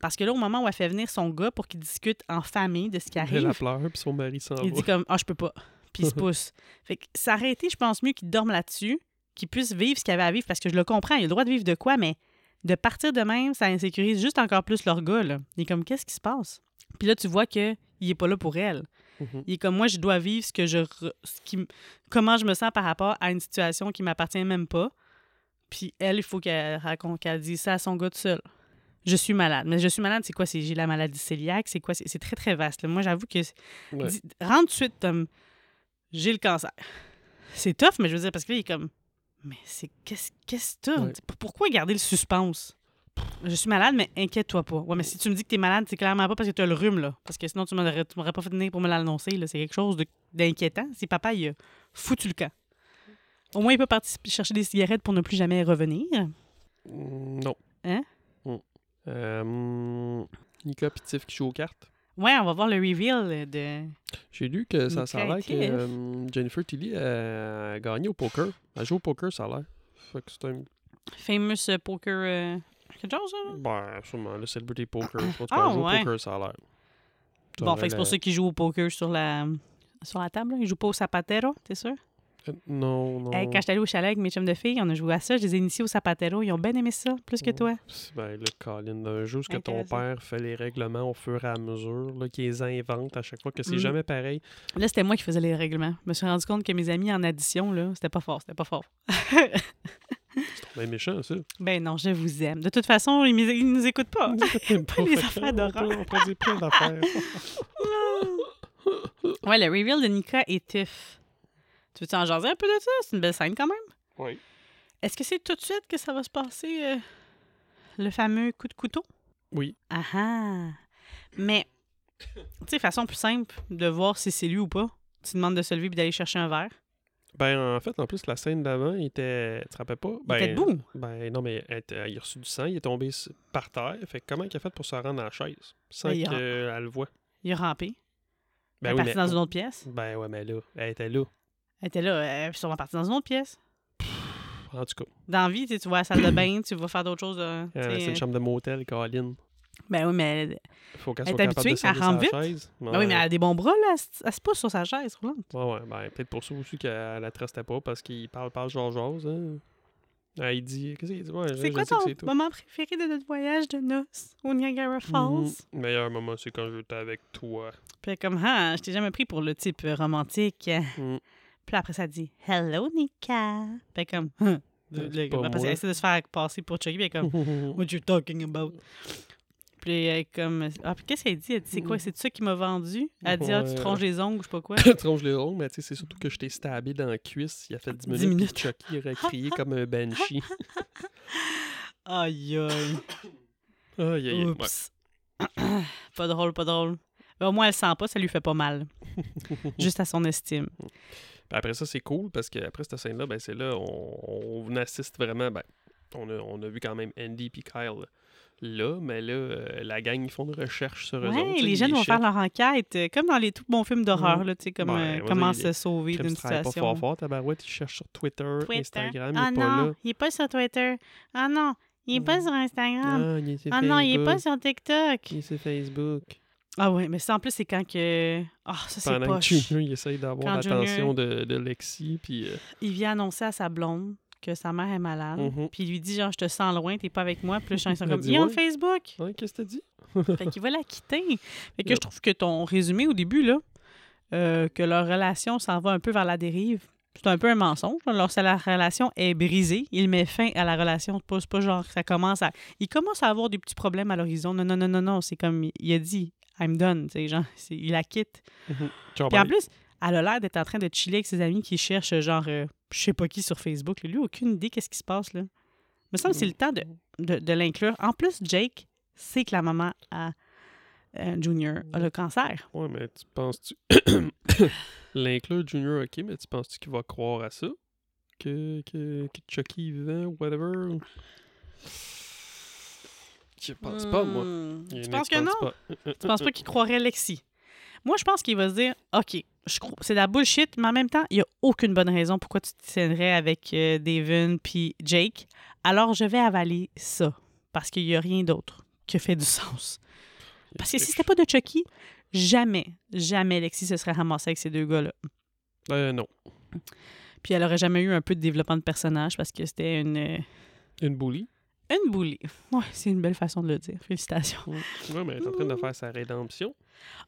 Speaker 1: Parce que là, au moment où elle fait venir son gars pour qu'ils discutent en famille de ce qui
Speaker 2: Elle a
Speaker 1: arrive,
Speaker 2: pleure, puis son mari s'en va.
Speaker 1: il dit comme ah je peux pas, puis il se pousse. Fait que ça aurait été, je pense mieux qu'il dorme là-dessus, qu'il puisse vivre ce qu'il avait à vivre parce que je le comprends, il a le droit de vivre de quoi mais de partir de même, ça insécurise juste encore plus leur gars là. Il est comme qu'est-ce qui se passe Puis là tu vois que il est pas là pour elle.
Speaker 2: Mhm.
Speaker 1: Il est comme moi je dois vivre ce que je re- ce qui m- comment je me sens par rapport à une situation qui m'appartient même pas. Puis elle, il faut qu'elle raconte qu'elle dise ça à son gars tout seul. Je suis malade. Mais je suis malade, c'est quoi? C'est j'ai la maladie cœliaque, c'est quoi? C'est c'est très, très vaste. là. Moi, j'avoue que
Speaker 2: Ouais.
Speaker 1: Dis- rentre tout de suite comme j'ai le cancer. C'est tough, mais je veux dire, parce que là, il est comme Mais c'est qu'est-ce qu'est-ce que t'as?
Speaker 2: Ouais.
Speaker 1: P- Pourquoi garder le suspense? Je suis malade, mais inquiète-toi pas. Ouais, mais si tu me dis que t'es malade, c'est clairement pas parce que t'as le rhume, là. Parce que sinon, tu m'aurais tu m'aurais pas fait venir pour me l'annoncer, là. C'est quelque chose de- d'inquiétant. Si papa, il a foutu le camp. Au moins, il peut partir chercher des cigarettes pour ne plus jamais revenir.
Speaker 2: Mm, Non.
Speaker 1: Hein?
Speaker 2: Mm. Euh, Nicolas Pitif qui joue aux cartes.
Speaker 1: Ouais, on va voir le reveal de.
Speaker 2: J'ai lu que ça, ça a l'air que
Speaker 1: Nicolas
Speaker 2: euh, Jennifer Tilly a gagné au poker. Elle joue au poker, ça a l'air. Fait que c'est un.
Speaker 1: Famous poker. euh, Quelque chose, là?
Speaker 2: Ben, sûrement, le celebrity poker. En tout cas,
Speaker 1: Ah,
Speaker 2: elle joue
Speaker 1: ouais.
Speaker 2: au poker, ça a l'air. Ça
Speaker 1: Bon,
Speaker 2: aurait
Speaker 1: fait que c'est pour
Speaker 2: la-
Speaker 1: ceux qui jouent au poker sur la, sur la table. là. Ils jouent pas au zapatero, t'es sûr?
Speaker 2: Euh, Non, non.
Speaker 1: Hey, quand j'étais allée au chalet avec mes chums de filles, on a joué à ça. Je les ai initiés au zapatero. Ils ont bien aimé ça, plus que
Speaker 2: Mm.
Speaker 1: toi.
Speaker 2: C'est- Ben, le Colin, d'un jeu où ce que ton
Speaker 1: Intéressant.
Speaker 2: père fait les règlements au fur et à mesure, là, qu'ils les invente à chaque fois, que c'est
Speaker 1: Mm.
Speaker 2: jamais pareil.
Speaker 1: Là, c'était moi qui faisais les règlements. Je me suis rendu compte que mes amis en addition, là, c'était pas fort, c'était pas fort.
Speaker 2: C'est bien méchant, ça.
Speaker 1: Ben non, je vous aime. De toute façon, ils, m'é- ils nous écoutent pas.
Speaker 2: pas
Speaker 1: Ah. les affaires d'horreur.
Speaker 2: On peut dire plein d'affaires.
Speaker 1: ouais, le reveal de Nika et Tiff. Tu veux-tu en jaser un peu de ça? C'est une belle scène quand même.
Speaker 2: Oui.
Speaker 1: Est-ce que c'est tout de suite que ça va se passer, euh, le fameux coup de couteau?
Speaker 2: Oui.
Speaker 1: Ah ah. Mais, tu sais, façon plus simple de voir si c'est lui ou pas. Tu demandes de se lever puis d'aller chercher un verre.
Speaker 2: Ben, en fait, en plus, la scène d'avant, il était. Tu te rappelles pas?
Speaker 1: Il
Speaker 2: Ben,
Speaker 1: était debout.
Speaker 2: Ben, non, mais elle était- il a reçu du sang, il est tombé s- par terre. Fait que comment il a fait pour se rendre à la chaise sans
Speaker 1: Ben, il a-
Speaker 2: qu'elle le voit?
Speaker 1: Il a rampé. elle
Speaker 2: Ben
Speaker 1: est
Speaker 2: oui,
Speaker 1: partie
Speaker 2: mais.
Speaker 1: dans une autre pièce.
Speaker 2: Ben, ouais, mais là, elle était là.
Speaker 1: Elle était là, elle est sûrement partie dans une autre pièce.
Speaker 2: En tout cas,
Speaker 1: Dans la vie, tu sais, tu vas à la salle de bain, tu vas faire d'autres choses. euh, tu
Speaker 2: euh,
Speaker 1: sais,
Speaker 2: c'est une
Speaker 1: euh,
Speaker 2: chambre de motel, Colin.
Speaker 1: Ben oui, mais elle,
Speaker 2: Faut qu'elle
Speaker 1: Elle
Speaker 2: soit
Speaker 1: est
Speaker 2: capable de
Speaker 1: habituée, elle
Speaker 2: s'asseoir
Speaker 1: rentre
Speaker 2: sur la chaise.
Speaker 1: ben oui, mais elle a des bons bras, là. Elle, se- elle se pousse sur sa chaise roulante.
Speaker 2: Ouais, ouais, ben, peut-être pour ça aussi qu'elle la trustait pas parce qu'il parle pas genre jase, hein. Ah, il dit, qu'est-ce qu'il dit? Ouais, je-
Speaker 1: C'est
Speaker 2: je
Speaker 1: quoi
Speaker 2: sais que
Speaker 1: ton
Speaker 2: c'est toi.
Speaker 1: moment préféré de notre voyage de noces au Niagara Falls?
Speaker 2: Mhm. Meilleur moment, c'est quand j'étais avec toi.
Speaker 1: Puis elle est comme, ah, je t'ai jamais pris pour le type euh, romantique.
Speaker 2: Mm.
Speaker 1: Puis là, après, ça elle dit Hello, Nika. Fait comme, Hum.
Speaker 2: C'est
Speaker 1: Le-
Speaker 2: pas
Speaker 1: parce qu'elle
Speaker 2: moi.
Speaker 1: essaie de se faire passer pour Chucky. Puis elle est comme, What you talking about? Puis elle est comme, Ah, puis qu'est-ce qu'elle dit? Elle dit, C'est quoi? C'est ça qui m'a vendu? Elle dit, Ah, tu
Speaker 2: Mm. Ouais.
Speaker 1: tronches les ongles, je sais pas quoi.
Speaker 2: Tronche les ronds, mais tu sais, c'est surtout que je t'ai stabé dans la cuisse il y a fait 10 minutes.
Speaker 1: 10
Speaker 2: puis
Speaker 1: minutes.
Speaker 2: Chucky aurait crié comme un banshee.
Speaker 1: Aïe, aïe.
Speaker 2: Aïe, aïe, aïe. Ouais.
Speaker 1: Oups. pas drôle, pas drôle. Mais au moins, elle sent pas, ça lui fait pas mal. Juste à son estime.
Speaker 2: Puis Après ça, c'est cool parce qu'après cette scène-là, ben, c'est là, on, on assiste vraiment. Ben, on, a, on a vu quand même Andy puis Kyle là, mais là, euh, la gang, ils font une recherche sur eux autres.
Speaker 1: Ouais, les jeunes vont faire leur enquête, euh, comme dans les tout bons films d'horreur,
Speaker 2: Ouais.
Speaker 1: là, tu sais, comme
Speaker 2: Ben,
Speaker 1: euh,
Speaker 2: moi,
Speaker 1: comment
Speaker 2: il-
Speaker 1: se sauver d'une
Speaker 2: pas fort,
Speaker 1: situation.
Speaker 2: fort, tabarouette. Ils cherchent sur Twitter,
Speaker 1: Twitter.
Speaker 2: Instagram,
Speaker 1: Ah
Speaker 2: il est pas
Speaker 1: non,
Speaker 2: là.
Speaker 1: il est pas sur Twitter. Ah non, il est
Speaker 2: Ah.
Speaker 1: pas sur Instagram.
Speaker 2: Ah, il est sur
Speaker 1: Ah non, il est pas
Speaker 2: Facebook.
Speaker 1: sur TikTok.
Speaker 2: Il est sur Facebook.
Speaker 1: Ah ouais, mais ça, en plus, c'est quand que... Ah, ça, c'est
Speaker 2: Pendant que
Speaker 1: poche.
Speaker 2: Junior, il essaye d'avoir
Speaker 1: Quand Junior-
Speaker 2: l'attention de, de Lexi, puis... euh,
Speaker 1: il vient annoncer à sa blonde que sa mère est malade.
Speaker 2: Mhm.
Speaker 1: Puis il lui dit, genre, je te sens loin, t'es pas avec moi. Puis là, ils sont
Speaker 2: Elle
Speaker 1: comme,
Speaker 2: dit,
Speaker 1: il est en
Speaker 2: ouais.
Speaker 1: Facebook.
Speaker 2: Hein, qu'est-ce que t'as dit?
Speaker 1: Fait qu'il va la quitter. Fait que
Speaker 2: Yep.
Speaker 1: je trouve que ton résumé au début, là, euh, que leur relation s'en va un peu vers la dérive, c'est un peu un mensonge. là. Lorsque la relation est brisée, il met fin à la relation. C'est pas- C'est pas genre que ça commence à. Il commence à avoir des petits problèmes à l'horizon. Non, non, non, non, non. C'est comme il- il a dit, I'm done. Tu sais, genre, c'est- il la quitte.
Speaker 2: Genre,
Speaker 1: Puis en
Speaker 2: ben,
Speaker 1: plus, elle a l'air d'être en train de chiller avec ses amis qui cherchent, euh, genre, euh, je sais pas qui sur Facebook. Lui, aucune idée qu'est-ce qui se passe, là. Il me semble que
Speaker 2: Mm.
Speaker 1: c'est le temps de, de, de l'inclure. En plus, Jake sait que la maman à euh, Junior a le cancer.
Speaker 2: Ouais, mais tu penses-tu... L'inclure Junior, OK, mais tu penses-tu qu'il va croire à ça? Que, que, que Chucky est vivant ou whatever? Je pense pas, moi.
Speaker 1: Hmm.
Speaker 2: Il y
Speaker 1: Tu
Speaker 2: en a qui
Speaker 1: penses que
Speaker 2: pensent
Speaker 1: non?
Speaker 2: pas.
Speaker 1: Tu penses pas qu'il croirait Lexi? Moi, je pense qu'il va se dire, OK, je crois- c'est de la bullshit, mais en même temps, il n'y a aucune bonne raison pourquoi tu te tiennerais avec euh, Devin puis Jake. Alors, je vais avaler ça parce qu'il n'y a rien d'autre qui fait du sens. Parce que si c'était pas de Chucky, jamais, jamais Lexi se serait ramassée avec ces deux gars-là.
Speaker 2: Euh, non.
Speaker 1: Puis elle aurait jamais eu un peu de développement de personnage parce que c'était une, euh,
Speaker 2: Une bully.
Speaker 1: une bully. Ouais, c'est une belle façon de le dire. Félicitations.
Speaker 2: Ouais, mais elle est en train de faire sa rédemption.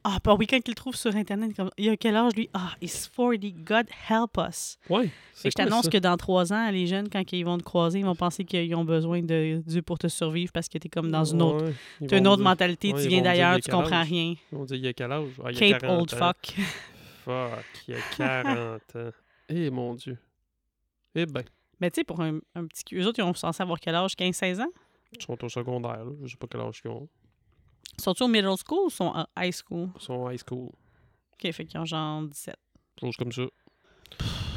Speaker 1: Ah, par week-end qu'il trouve sur Internet, comme, il y a quel âge lui? Ah, he's 40, God help us.
Speaker 2: Ouais,
Speaker 1: Fait que
Speaker 2: c'est
Speaker 1: je
Speaker 2: quoi
Speaker 1: t'annonce
Speaker 2: ça?
Speaker 1: que dans trois ans, les jeunes, quand ils vont te croiser, ils vont penser qu'ils ont besoin de Dieu pour te survivre parce que t'es comme dans une autre,
Speaker 2: Ouais, ils
Speaker 1: t'as une
Speaker 2: vont
Speaker 1: autre
Speaker 2: dire-
Speaker 1: mentalité,
Speaker 2: ouais,
Speaker 1: tu
Speaker 2: ils
Speaker 1: viens
Speaker 2: vont me dire
Speaker 1: d'ailleurs,
Speaker 2: il y a
Speaker 1: tu
Speaker 2: quel
Speaker 1: comprends
Speaker 2: âge?
Speaker 1: rien.
Speaker 2: Ils vont dire, il y a quel âge? Ah, il y a
Speaker 1: Cape
Speaker 2: 40
Speaker 1: old
Speaker 2: ans.
Speaker 1: fuck.
Speaker 2: Fuck, il y a 40 ans. Eh mon Dieu. Eh ben,
Speaker 1: Mais tu sais, pour un, un petit... Eux autres, ils ont censé avoir quel âge? 15-16 ans?
Speaker 2: ils sont au secondaire, là. je sais pas quel âge ils ont.
Speaker 1: Sont-ils au middle school ou sont en high school?
Speaker 2: Ils sont high school,
Speaker 1: OK, fait qu'ils ont genre 17.
Speaker 2: chose comme ça.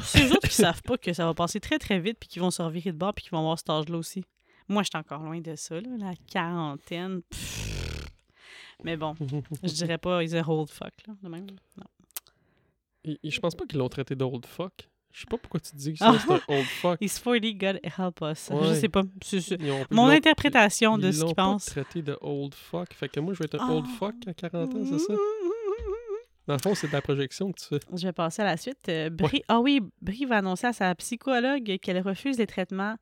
Speaker 1: C'est eux autres qui savent pas que ça va passer très, très vite puis qu'ils vont se revirer de bord puis qu'ils vont avoir cet âge-là aussi. Moi, j'étais encore loin de ça, là, la quarantaine. Pfff. Mais bon, je dirais pas ils are old fuck, là, de même. Non.
Speaker 2: Et- et je pense pas qu'ils l'ont traité d'old fuck. Je sais pas pourquoi tu dis que
Speaker 1: Ah.
Speaker 2: ça, c'est un old fuck.
Speaker 1: He's 40, God help us. Je
Speaker 2: Ouais.
Speaker 1: sais pas. C'est- c'est-
Speaker 2: Ils ont- ils
Speaker 1: Mon
Speaker 2: l'ont-
Speaker 1: interprétation
Speaker 2: ils
Speaker 1: de ce
Speaker 2: l'ont
Speaker 1: qu'ils
Speaker 2: pas
Speaker 1: pensent.
Speaker 2: traité de old fuck. Fait que moi, je vais être un
Speaker 1: Ah. Mm.
Speaker 2: old fuck à 40 ans, c'est ça? Dans le fond, c'est de la projection que tu fais.
Speaker 1: Je vais passer à la suite. Euh, Brie- Ah oui, Brie va annoncer à sa psychologue qu'elle refuse les traitements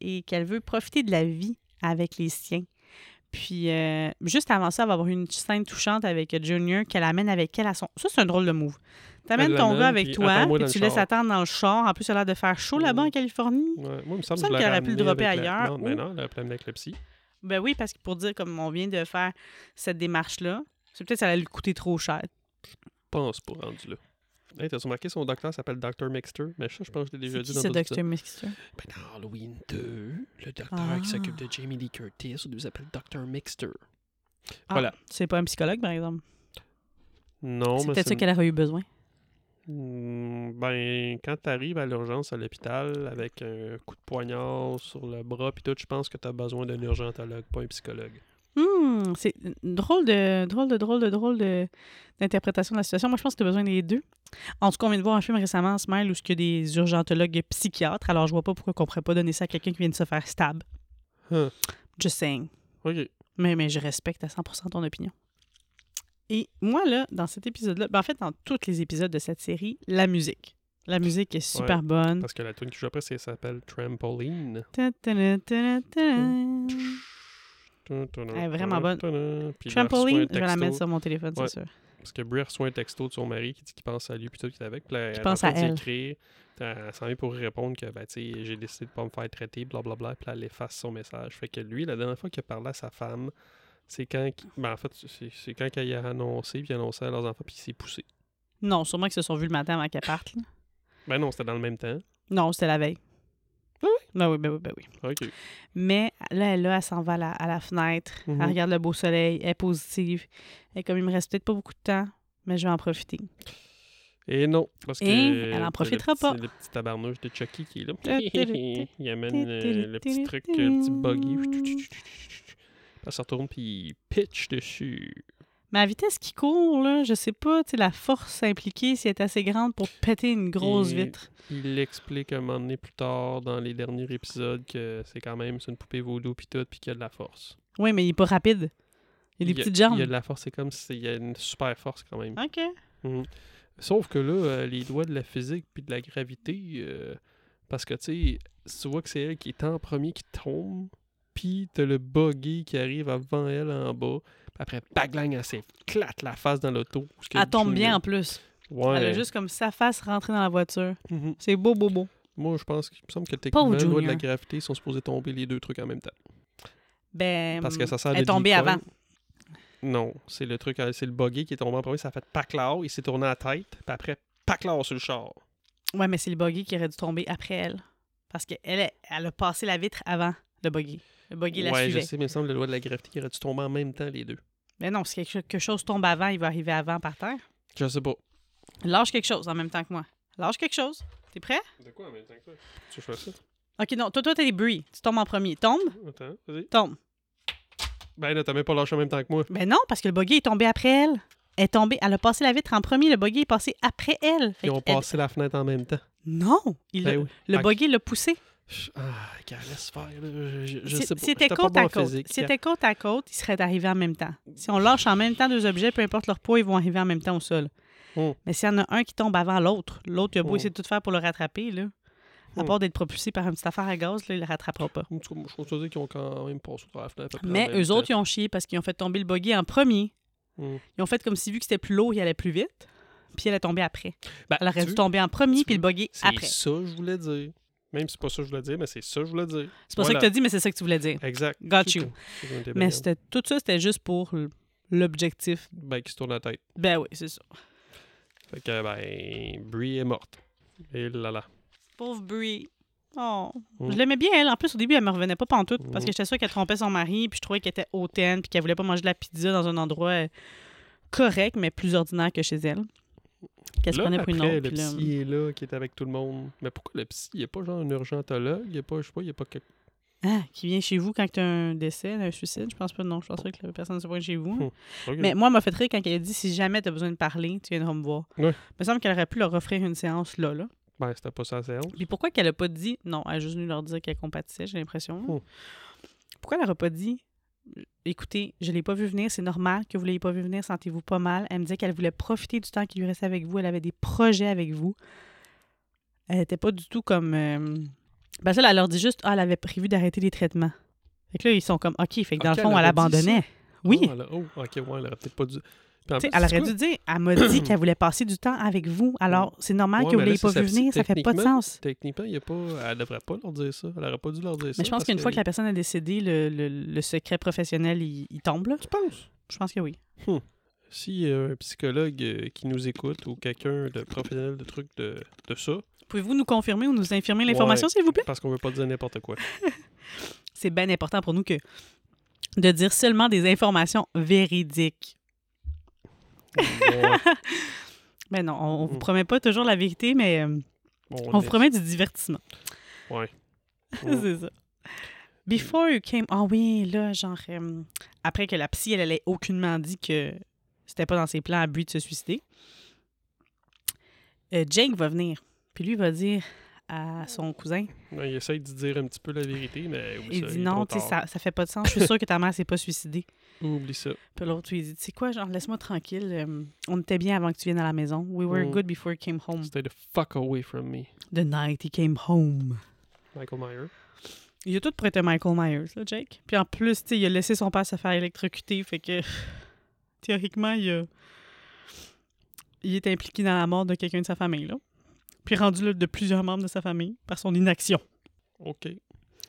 Speaker 1: et qu'elle veut profiter de la vie avec les siens. Puis, euh, juste avant ça, elle va avoir une scène touchante avec Junior qu'elle amène avec elle à son... Ça, c'est un drôle de move. T'amènes
Speaker 2: Elle
Speaker 1: ton
Speaker 2: l'amène,
Speaker 1: gars avec
Speaker 2: puis
Speaker 1: toi,
Speaker 2: attends-moi
Speaker 1: puis
Speaker 2: dans
Speaker 1: tu
Speaker 2: le
Speaker 1: laisses
Speaker 2: char.
Speaker 1: attendre dans le char. En plus, il a l'air de faire chaud là-bas en Californie.
Speaker 2: Ouais, moi, il me semble
Speaker 1: semble
Speaker 2: que je
Speaker 1: qu'elle
Speaker 2: l'aurais
Speaker 1: aurait pu le
Speaker 2: amené
Speaker 1: dropper
Speaker 2: avec la-
Speaker 1: ailleurs,
Speaker 2: Non, mais
Speaker 1: ou-
Speaker 2: non, elle aurait pu l'amener avec le psy.
Speaker 1: Ben oui, parce que pour dire comme on vient de faire cette démarche-là, c'est peut-être que ça allait lui coûter trop cher.
Speaker 2: pense pas rendu là. Hey, t'as remarqué son docteur s'appelle Dr. Mixter? Mais ça, je pense que je l'ai déjà
Speaker 1: C'est
Speaker 2: dit
Speaker 1: qui
Speaker 2: dans
Speaker 1: ce
Speaker 2: d'autres
Speaker 1: Dr. Mixter?
Speaker 2: épisodes. Ben, dans Halloween 2, le docteur
Speaker 1: Ah.
Speaker 2: qui s'occupe de Jamie Lee Curtis, on nous appelle Dr. Mixter.
Speaker 1: Ah,
Speaker 2: Voilà.
Speaker 1: C'est pas un psychologue, par exemple.
Speaker 2: Non,
Speaker 1: c'est
Speaker 2: mais
Speaker 1: peut-être ça
Speaker 2: c'est...
Speaker 1: qu'elle aurait eu besoin.
Speaker 2: Hmm, Ben, quand t'arrives à l'urgence à l'hôpital avec un coup de poignard sur le bras puis tout, je pense que t'as besoin d'un urgentologue, pas un psychologue.
Speaker 1: Hmm, c'est une drôle de drôle de drôle de drôle de d'interprétation de la situation. Moi, je pense que tu as besoin des deux. En tout cas, on vient de voir un film récemment, Smile, où il y a des urgentologues psychiatres. Alors, je vois pas pourquoi on pourrait pas donner ça à quelqu'un qui vient de se faire stab.
Speaker 2: Huh.
Speaker 1: Just saying.
Speaker 2: OK.
Speaker 1: Mais, mais je respecte à 100% ton opinion. Et moi, là, dans cet épisode-là, ben, en fait, dans tous les épisodes de cette série, la musique. La musique est super
Speaker 2: Ouais.
Speaker 1: bonne.
Speaker 2: Parce que la tune qui joue après, c'est, s'appelle Trampoline.
Speaker 1: Ta- ta- ta- ta- ta-
Speaker 2: Elle
Speaker 1: Mmh. est vraiment bonne.
Speaker 2: Puis là, elle reçoit un
Speaker 1: Trampoline, je vais la
Speaker 2: texto.
Speaker 1: mettre sur mon téléphone,
Speaker 2: Ouais.
Speaker 1: c'est sûr.
Speaker 2: Parce que Brie reçoit un texto de son mari qui dit qu'il pense à lui puis tout qu'il est avec. Puis là, elle est en
Speaker 1: pense à
Speaker 2: train d'y
Speaker 1: elle.
Speaker 2: écrire. Puis Elle s'en vient pour lui répondre que ben, tu sais, j'ai décidé de pas me faire traiter, blablabla. Puis là, elle efface son message. Fait que lui, la dernière fois qu'il a parlé à sa femme, c'est quand qu'il- ben, en fait, c'est c'est quand qu'il a annoncé, puis il a annoncé à leurs enfants, puis il s'est poussé.
Speaker 1: Non, sûrement qu'ils se sont vus le matin avant qu'elle parte. là.
Speaker 2: Ben non, c'était dans le même temps.
Speaker 1: Non, c'était la veille.
Speaker 2: Ah
Speaker 1: Ben oui, ben oui, ben oui.
Speaker 2: OK.
Speaker 1: Mais là, elle, là, elle s'en va à la, à la fenêtre,
Speaker 2: Mhm.
Speaker 1: elle regarde le beau soleil, elle est positive. Et comme il me reste peut-être pas beaucoup de temps, mais je vais en profiter.
Speaker 2: Et non, parce que...
Speaker 1: Et elle en
Speaker 2: euh,
Speaker 1: profitera
Speaker 2: le petit-
Speaker 1: pas.
Speaker 2: Le petit tabarnouche de Chucky qui est là.
Speaker 1: Tu- tu- tu-
Speaker 2: il amène euh, le petit truc, euh, le petit buggy. Elle se retourne, puis il pitch dessus.
Speaker 1: Mais à la vitesse qu'il court, là, je sais pas, tu sais, la force impliquée, si elle est assez grande pour péter une grosse
Speaker 2: Et-
Speaker 1: vitre.
Speaker 2: Il explique un moment donné plus tard, dans les derniers épisodes, que c'est quand même c'est une poupée vaudou, puis tout, puis qu'il y a de la force.
Speaker 1: Oui, mais il est pas rapide. Il a des petites jambes.
Speaker 2: Il y a de la force, c'est comme s'il y a une super force quand même.
Speaker 1: OK.
Speaker 2: Sauf que là, euh, les doigts de la physique puis de la gravité, euh, parce que tu sais, tu vois que c'est elle qui est en premier qui tombe, puis t'as le buggy qui arrive avant elle en bas, puis après, baglang, elle s'éclate la face dans l'auto. ce qui a
Speaker 1: Elle tombe
Speaker 2: cligné.
Speaker 1: bien en plus.
Speaker 2: Ouais.
Speaker 1: Elle a juste comme sa face rentrée dans la voiture.
Speaker 2: Mhm.
Speaker 1: C'est beau, beau, beau.
Speaker 2: Moi, je pense qu'il me semble que techniquement, les doigts de la
Speaker 1: Junior.
Speaker 2: gravité sont supposés tomber les deux trucs en même temps.
Speaker 1: Ben,
Speaker 2: Parce que ça sent
Speaker 1: elle
Speaker 2: le
Speaker 1: est tombée
Speaker 2: dicolle.
Speaker 1: avant.
Speaker 2: Non, c'est le truc, euh, c'est le buggy qui est tombé en premier, ça a fait paclard, il s'est tourné la tête, puis après, paclard sur le char.
Speaker 1: Ouais, mais c'est le buggy qui aurait dû tomber après elle. Parce qu'elle elle elle a passé la vitre avant le buggy. Le buggy la
Speaker 2: ouais, je
Speaker 1: suivait.
Speaker 2: sais, mais il me semble que la loi de la gravité qui aurait dû tomber en même temps les deux.
Speaker 1: Mais non, si quelque, quelque chose tombe avant, il va arriver avant par terre.
Speaker 2: Je sais pas.
Speaker 1: Lâche quelque chose en même temps que moi. Lâche quelque chose. T'es prêt?
Speaker 2: De quoi en même temps que ça? Tu fais ça?
Speaker 1: OK, non. Toi, toi, t'as des bruits. Tu tombes en premier. Tombe,
Speaker 2: Attends, vas-y.
Speaker 1: tombe.
Speaker 2: Ben là, t'as même pas lâché en même temps que moi.
Speaker 1: Ben non, parce que le buggy est tombé après elle. Elle est tombée. Elle a passé la vitre en premier. Le buggy est passé après elle. Fait
Speaker 2: Ils ont
Speaker 1: qu'elle-
Speaker 2: passé la fenêtre en même temps.
Speaker 1: Non! Il
Speaker 2: Ben
Speaker 1: l'a-
Speaker 2: oui.
Speaker 1: Le
Speaker 2: Ok.
Speaker 1: buggy l'a poussé.
Speaker 2: Ah, qu'elle laisse faire, là. Je, je- je
Speaker 1: C'est-
Speaker 2: sais pas.
Speaker 1: C'était
Speaker 2: J'étais pas
Speaker 1: côte
Speaker 2: bon
Speaker 1: à
Speaker 2: en
Speaker 1: côte.
Speaker 2: physique.
Speaker 1: C'était côte à côte, ils seraient arrivés en même temps. Si on lâche en même temps deux objets, peu importe leur poids, ils vont arriver en même temps au sol.
Speaker 2: Hmm.
Speaker 1: Mais s'il y en a un qui tombe avant l'autre, l'autre, il a beau
Speaker 2: Hmm.
Speaker 1: essayer de tout faire pour le rattraper, là. À
Speaker 2: Hmm.
Speaker 1: part d'être propulsé par une petite affaire à gaz, là, il le rattrapera pas.
Speaker 2: En tout cas, moi, je considère qu'ils ont quand même passé par la fenêtre. à peu près
Speaker 1: Mais
Speaker 2: en même
Speaker 1: eux
Speaker 2: temps.
Speaker 1: autres, ils ont chié parce qu'ils ont fait tomber le buggy en premier.
Speaker 2: Hmm.
Speaker 1: Ils ont fait comme si, vu que c'était plus lourd, il allait plus vite. Puis elle est tombée après.
Speaker 2: Ben,
Speaker 1: Elle aurait
Speaker 2: tu
Speaker 1: dû
Speaker 2: veux,
Speaker 1: tomber en premier,
Speaker 2: tu
Speaker 1: puis le
Speaker 2: vois,
Speaker 1: buggy
Speaker 2: C'est
Speaker 1: après.
Speaker 2: ça que je voulais dire. Même si c'est pas ça que je voulais dire, mais c'est ça que je voulais dire.
Speaker 1: C'est pas
Speaker 2: Voilà.
Speaker 1: ça que tu as dit, mais c'est ça que tu voulais dire.
Speaker 2: Exact.
Speaker 1: Got
Speaker 2: Tout
Speaker 1: you.
Speaker 2: est- tout est
Speaker 1: Mais
Speaker 2: brillant.
Speaker 1: c'était- tout ça, c'était juste pour l'objectif.
Speaker 2: Ben, qui se tourne la tête.
Speaker 1: Ben oui, c'est ça.
Speaker 2: Fait que, ben, Brie est morte. Et là là.
Speaker 1: Pauvre Brie. Oh.
Speaker 2: Mm.
Speaker 1: Je l'aimais bien, elle. En plus, au début, elle me revenait pas pantoute parce
Speaker 2: Mm.
Speaker 1: que j'étais sûre qu'elle trompait son mari, puis je trouvais qu'elle était hautaine, puis qu'elle voulait pas manger de la pizza dans un endroit euh, correct, mais plus ordinaire que chez elle. Qu'elle se
Speaker 2: Là,
Speaker 1: prenait pour une
Speaker 2: après,
Speaker 1: autre.
Speaker 2: Le
Speaker 1: puis là,
Speaker 2: psy est là, qui est avec tout le monde. Mais pourquoi le psy? Il n'y a pas genre un urgentologue? Il n'y a pas, je sais pas, il n'y a pas quelque...
Speaker 1: ah, qui vient chez vous quand t'as un décès, un suicide. Je pense pas, non. Je pense pas que la personne se voit chez vous.
Speaker 2: Hmm. Ok.
Speaker 1: Mais moi, elle m'a fait rire quand elle a dit si jamais t'as besoin de parler, tu viendras me voir.
Speaker 2: Ouais.
Speaker 1: Il me semble qu'elle aurait pu leur offrir une séance là, là.
Speaker 2: Ben, c'était pas ça la séance.
Speaker 1: Puis pourquoi qu'elle a pas dit non, elle a juste venu leur dire qu'elle compatissait, j'ai l'impression. là.
Speaker 2: Hmm.
Speaker 1: Pourquoi elle aurait pas dit écoutez, je l'ai pas vu venir, c'est normal que vous l'ayez pas vu venir, sentez-vous pas mal. Elle me disait qu'elle voulait profiter du temps qui lui restait avec vous, elle avait des projets avec vous. Elle était pas du tout comme euh, ben ça là, elle leur dit juste ah, elle avait prévu d'arrêter les traitements. Fait que là ils sont comme OK, fait que dans
Speaker 2: Ok,
Speaker 1: le
Speaker 2: elle
Speaker 1: fond elle
Speaker 2: aurait dit
Speaker 1: abandonnait. Oui.
Speaker 2: Oh, elle a- oh, ok, ouais, elle aurait peut-être pas dû. Puis en
Speaker 1: Tu sais,
Speaker 2: plus,
Speaker 1: elle
Speaker 2: c'est
Speaker 1: aurait
Speaker 2: quoi?
Speaker 1: dû dire, elle m'a dit qu'elle voulait passer du temps avec vous. Alors, c'est normal
Speaker 2: Ouais,
Speaker 1: que vous
Speaker 2: mais là,
Speaker 1: l'ayez
Speaker 2: c'est
Speaker 1: pas
Speaker 2: sa
Speaker 1: vu
Speaker 2: psy-
Speaker 1: venir, ça fait pas de
Speaker 2: techniquement,
Speaker 1: sens.
Speaker 2: Techniquement, il y a pas... elle devrait pas leur dire ça. Elle aurait pas dû leur dire ça.
Speaker 1: Mais je pense
Speaker 2: parce
Speaker 1: qu'une fois que la personne est décédée, le, le- le secret professionnel, il, il tombe. là.
Speaker 2: Tu penses?
Speaker 1: Je pense que oui.
Speaker 2: Si euh, un psychologue euh, qui nous écoute ou quelqu'un de professionnel de trucs de, de ça,
Speaker 1: Pouvez-vous nous confirmer ou nous infirmer l'information,
Speaker 2: Ouais.
Speaker 1: s'il vous plaît?
Speaker 2: parce qu'on veut pas dire n'importe quoi.
Speaker 1: C'est bien important pour nous que de dire seulement des informations véridiques.
Speaker 2: Ouais,
Speaker 1: Mais Ben non, on, on vous
Speaker 2: Mm.
Speaker 1: promet pas toujours la vérité, mais euh,
Speaker 2: bon,
Speaker 1: on vous
Speaker 2: est-
Speaker 1: promet du divertissement.
Speaker 2: Ouais.
Speaker 1: C'est ça. Before you came. Ah oui, là, genre. euh, après que la psy, elle, elle ait aucunement dit que c'était pas dans ses plans à but de se suicider. euh, Jake va venir. Puis lui va dire à son cousin
Speaker 2: Ouais, il essaye de dire un petit peu la vérité, mais oublie
Speaker 1: Il
Speaker 2: ça,
Speaker 1: dit
Speaker 2: est
Speaker 1: non,
Speaker 2: trop
Speaker 1: tu sais,
Speaker 2: tard.
Speaker 1: ça, ça fait pas de sens. Je suis sûre que ta mère s'est pas suicidée.
Speaker 2: Oublie ça.
Speaker 1: Puis l'autre, lui dit Tu sais quoi, genre, laisse-moi tranquille. euh, on était bien avant que tu viennes à la maison. We were
Speaker 2: Mm.
Speaker 1: good before you came home.
Speaker 2: Stay the fuck away from me,
Speaker 1: The night he came home.
Speaker 2: Michael Myers.
Speaker 1: Il a tout prêté Michael Myers, là, Jake. Puis en plus, tu sais, il a laissé son père se faire électrocuter, fait que théoriquement, il a- il est impliqué dans la mort de quelqu'un de sa famille, là. Puis rendu là, de plusieurs membres de sa famille par son inaction.
Speaker 2: OK.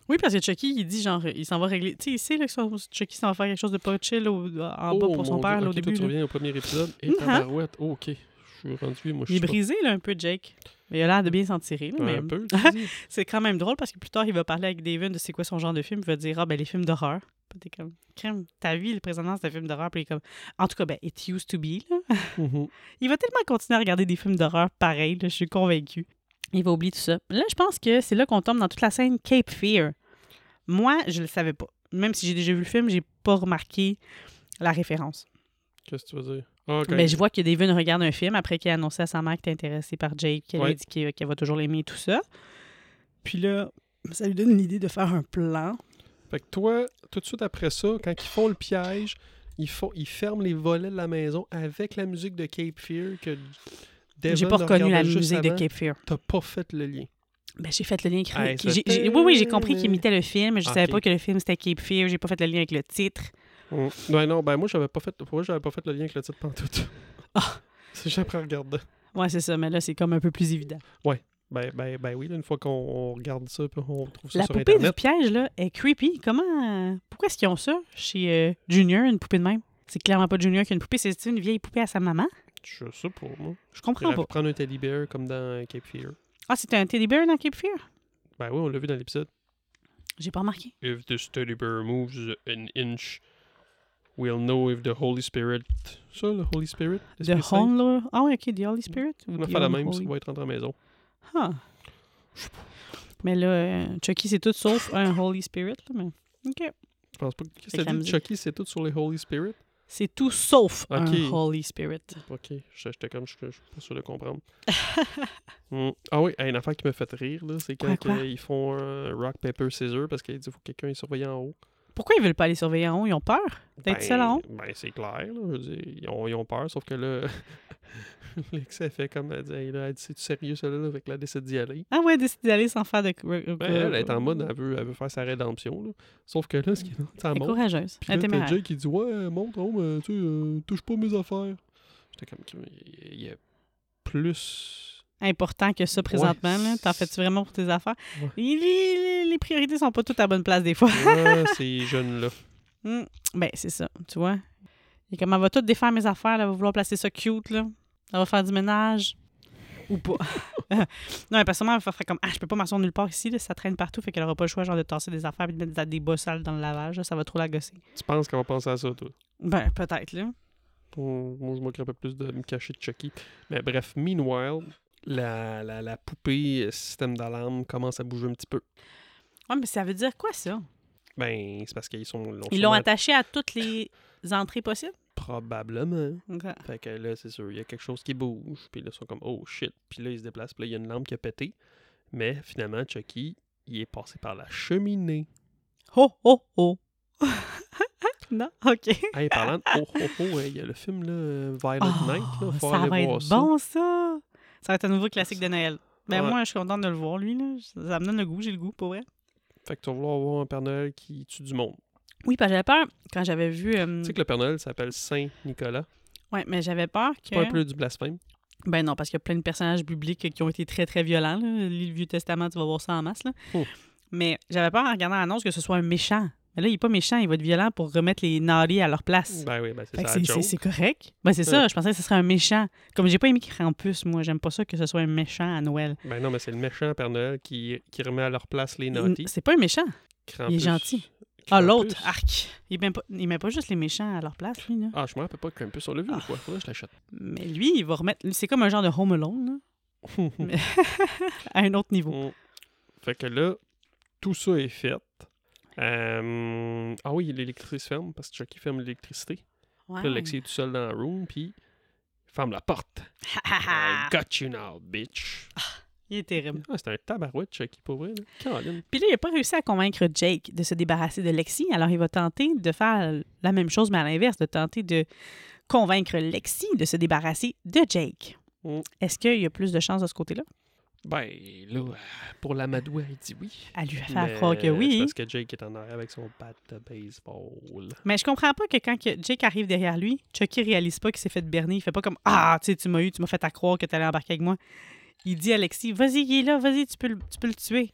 Speaker 1: Oui, parce que Chucky, il dit genre, il s'en va régler. Tu sais, il sait là, que son- Chucky s'en va faire quelque chose de pas chill au- en bas
Speaker 2: Oh mon
Speaker 1: pour son
Speaker 2: Dieu.
Speaker 1: père, là, au
Speaker 2: Ok, toi,
Speaker 1: début.
Speaker 2: tu
Speaker 1: là.
Speaker 2: reviens au premier épisode. Et
Speaker 1: Mhm.
Speaker 2: tabarouette. Oh, OK. Je suis rendu, moi, je
Speaker 1: Il est
Speaker 2: suis pas-
Speaker 1: brisé, là, un peu, Jake. Mais il a l'air de bien s'en tirer, là, mais-
Speaker 2: Un peu, tu dis?
Speaker 1: C'est quand même drôle parce que plus tard, il va parler avec David de c'est quoi son genre de film. Il va dire Ah, ben les films d'horreur. Puis t'es comme Crème, ta vie, le présentement, c'est un film d'horreur. Puis il est comme En tout cas, ben, it used to be. Là.
Speaker 2: Mhm.
Speaker 1: Il va tellement continuer à regarder des films d'horreur pareil, là, je suis convaincue. Il va oublier tout ça. Là, je pense que c'est là qu'on tombe dans toute la scène Cape Fear. Moi, je le savais pas. Même si j'ai déjà vu le film, j'ai pas remarqué la référence.
Speaker 2: Qu'est-ce que tu veux dire? Ah, ok.
Speaker 1: Mais Ben, je vois que Devin regarde un film après qu'il a annoncé à sa mère qu'il était intéressé par Jake, qu'elle lui
Speaker 2: Ouais.
Speaker 1: a dit qu'il- qu'elle va toujours l'aimer et tout ça. Puis là, ça lui donne l'idée de faire un plan.
Speaker 2: Fait que toi, tout de suite après ça, quand ils font le piège, ils, font, ils ferment les volets de la maison avec la musique de Cape Fear que
Speaker 1: J'ai
Speaker 2: Devon
Speaker 1: pas reconnu la
Speaker 2: regardait juste
Speaker 1: musique de
Speaker 2: avant.
Speaker 1: Cape Fear.
Speaker 2: T'as pas fait le lien.
Speaker 1: Ben, j'ai fait le lien. avec-
Speaker 2: Hey, ça
Speaker 1: j'ai-
Speaker 2: fait-
Speaker 1: j'ai- oui, oui, j'ai compris qu'il imitait le film, mais je savais
Speaker 2: Ok.
Speaker 1: pas que le film c'était Cape Fear. J'ai pas fait le lien avec le titre.
Speaker 2: Mm. Ouais, non, ben moi, j'avais pas fait, pour moi, j'avais pas fait le lien avec le titre pantoute.
Speaker 1: Ah.
Speaker 2: C'est jamais en regardant.
Speaker 1: Ouais, c'est ça, mais là, c'est comme un peu plus évident.
Speaker 2: Ben, ben, ben oui, là, une fois qu'on on regarde ça, puis on trouve ça
Speaker 1: La
Speaker 2: sur
Speaker 1: poupée
Speaker 2: Internet.
Speaker 1: du piège, là, est creepy. Comment. Pourquoi est-ce qu'ils ont ça chez euh, Junior, une poupée de même? C'est clairement pas Junior qui a une poupée, c'est une vieille poupée à sa maman.
Speaker 2: Je sais pas, moi.
Speaker 1: Je
Speaker 2: On
Speaker 1: comprends
Speaker 2: va
Speaker 1: pas.
Speaker 2: prendre un teddy bear comme dans Cape Fear.
Speaker 1: Ah, c'était un teddy bear dans Cape Fear?
Speaker 2: Ben oui, on l'a vu dans l'épisode.
Speaker 1: J'ai pas remarqué.
Speaker 2: If this teddy bear moves an inch, we'll know if the Holy Spirit... Ça, le Holy Spirit?
Speaker 1: The
Speaker 2: l'Esprit Saint?
Speaker 1: Holy... Ah oui, OK, The Holy Spirit. ou
Speaker 2: On va
Speaker 1: The
Speaker 2: faire la
Speaker 1: Holy-
Speaker 2: même, ça va être rentré à la maison.
Speaker 1: Ah. Mais là, euh, Chucky, c'est tout sauf un Holy Spirit. là, mais... OK.
Speaker 2: Je pense pas...
Speaker 1: Fait
Speaker 2: Qu'est-ce que
Speaker 1: que la
Speaker 2: t'as dit?
Speaker 1: musique-
Speaker 2: Chucky, c'est tout sur les Holy Spirit?
Speaker 1: C'est tout sauf un
Speaker 2: Ok.
Speaker 1: Holy Spirit.
Speaker 2: Ok, je- j'étais comme, je je suis pas sûr de comprendre. Hmm. Ah oui, hey, une affaire qui me fait rire, là, c'est quand
Speaker 1: Quoi, quoi?
Speaker 2: que ils font un rock, paper, scissors parce qu'il dit faut que quelqu'un est surveillant en haut.
Speaker 1: Pourquoi ils veulent pas aller surveiller en haut? Ils ont peur d'être seuls en haut?
Speaker 2: Ben, c'est clair, là, je veux dire, ils ont, ils ont peur, sauf que là, Lex, elle fait comme, elle dit, Hey, là, elle dit, c'est-tu sérieux, celle-là, avec la décide d'y aller?
Speaker 1: Ah ouais, décider d'aller sans faire de... euh, Elle,
Speaker 2: Ben, elle, elle est en mode, elle veut, elle veut faire sa rédemption, là. Sauf que là, ce qui est ça
Speaker 1: Elle est
Speaker 2: monte.
Speaker 1: courageuse.
Speaker 2: Puis
Speaker 1: Elle
Speaker 2: là,
Speaker 1: est
Speaker 2: t'as
Speaker 1: téméraire.
Speaker 2: Jake qui dit, ouais, monte, oh, mais, tu sais, euh, touche pas mes affaires. J'étais comme, il il y a plus.
Speaker 1: important que ça présentement. là. T'en fais-tu vraiment pour tes affaires?
Speaker 2: Ouais.
Speaker 1: Les- Les, les priorités sont pas toutes à la bonne place des fois.
Speaker 2: Ah, ces jeunes-là.
Speaker 1: Ben, c'est ça, tu vois. Et comme elle va tout défaire mes affaires, là, elle va vouloir placer ça cute, là. Elle va faire du ménage. Ou pas. non, mais personnellement, elle va faire comme Ah, je peux pas m'asseoir nulle part ici, là, ça traîne partout, fait qu'elle aura pas le choix genre de tasser des affaires et de mettre des- des bas sales dans le lavage, là, ça va trop la gosser.
Speaker 2: Tu penses qu'on va penser à ça, toi?
Speaker 1: Ben, peut-être, là.
Speaker 2: Hum, Moi, je m'occupe plus de me cacher de Chucky. Mais bref, meanwhile, la, la, la poupée euh, système d'alarme commence à bouger un petit peu.
Speaker 1: Ouais, mais ça veut dire quoi, ça?
Speaker 2: Ben, c'est parce qu'ils sont...
Speaker 1: Ils l'ont
Speaker 2: sûrement-
Speaker 1: attaché à toutes les entrées possibles?
Speaker 2: Probablement. Fait que là, c'est sûr, il y a quelque chose qui bouge. Puis là, ils sont comme, oh shit. Puis là, ils se déplacent. Puis là, il y a une lampe qui a pété. Mais finalement, Chucky, il est passé par la cheminée.
Speaker 1: Oh, oh, oh. non, OK.
Speaker 2: Hey, parlant de oh, oh, oh, hey, il y a le film, là, euh, Violent Night. Là, faut
Speaker 1: Oh, Ah, ça
Speaker 2: aller
Speaker 1: va
Speaker 2: voir
Speaker 1: être
Speaker 2: ça.
Speaker 1: bon, ça. Ça va être un nouveau classique de Noël. Ben,
Speaker 2: Ouais.
Speaker 1: moi, je suis contente de le voir, lui. Là. Ça ça me donne le goût, j'ai le goût, pour vrai.
Speaker 2: Fait que tu vas vouloir avoir un Père Noël qui tue du monde.
Speaker 1: Oui, parce que j'avais peur quand j'avais vu. euh,
Speaker 2: Tu sais que le Père Noël s'appelle Saint-Nicolas.
Speaker 1: Ouais, mais j'avais peur
Speaker 2: C'est pas
Speaker 1: que.
Speaker 2: un peu du blasphème.
Speaker 1: Ben non, parce qu'il y a plein de personnages bibliques qui ont été très, très violents. Là. Lis le Vieux Testament, tu vas voir ça en masse. Là.
Speaker 2: Oh.
Speaker 1: Mais j'avais peur en regardant l'annonce que ce soit un méchant. Mais là, il est pas méchant, il va être violent pour remettre les narries à leur place.
Speaker 2: Ben oui, ben
Speaker 1: Fait
Speaker 2: c'est
Speaker 1: que
Speaker 2: ça
Speaker 1: c'est-
Speaker 2: la
Speaker 1: c'est
Speaker 2: joke.
Speaker 1: c'est correct. Ben c'est ça, je pensais que ce serait un méchant. Comme j'ai pas aimé qu'il rampus, moi, j'aime pas ça que ce soit un méchant à Noël.
Speaker 2: Ben non, mais c'est le méchant Père Noël qui, qui remet à leur place les
Speaker 1: Il-
Speaker 2: naughty.
Speaker 1: C'est pas un méchant.
Speaker 2: Krampus.
Speaker 1: gentil. Ah, l'autre,
Speaker 2: Krampus.
Speaker 1: arc. Il met, pas, il met pas juste les méchants à leur place, lui, là.
Speaker 2: Ah, je me rappelle pas Krampus, on l'a vu
Speaker 1: Ah.
Speaker 2: une fois. Faudrait que je l'achète.
Speaker 1: Mais lui, il va remettre... C'est comme un genre de Home Alone, là, Mais- à un autre niveau.
Speaker 2: Mm. Fait que là, tout ça est fait. Euh, Ah oui, l'électricité se ferme parce que Chucky ferme l'électricité.
Speaker 1: Ouais.
Speaker 2: Puis là, Lexi est tout seul dans la room, puis il ferme la porte.
Speaker 1: Ah,
Speaker 2: I got you now, bitch.
Speaker 1: il est terrible.
Speaker 2: Ah, c'est un tabarouette, Chucky, pour vrai. là. Caroline.
Speaker 1: Puis là, il a pas réussi à convaincre Jake de se débarrasser de Lexi, alors il va tenter de faire la même chose, mais à l'inverse, de tenter de convaincre Lexi de se débarrasser de Jake.
Speaker 2: Mm.
Speaker 1: Est-ce qu'il y a plus de chances de ce côté-là?
Speaker 2: Ben là, pour la madoua, il dit oui.
Speaker 1: À lui faire
Speaker 2: Mais
Speaker 1: croire que
Speaker 2: c'est
Speaker 1: oui.
Speaker 2: Parce que Jake est en arrière avec son bat de baseball.
Speaker 1: Mais je comprends pas que quand que Jake arrive derrière lui, Chucky réalise pas qu'il s'est fait berner. Il fait pas comme Ah, tu sais, tu m'as eu, tu m'as fait à croire que t'allais embarquer avec moi. Il dit à Alexis, vas-y, il est là, vas-y, tu peux le, tu peux le tuer.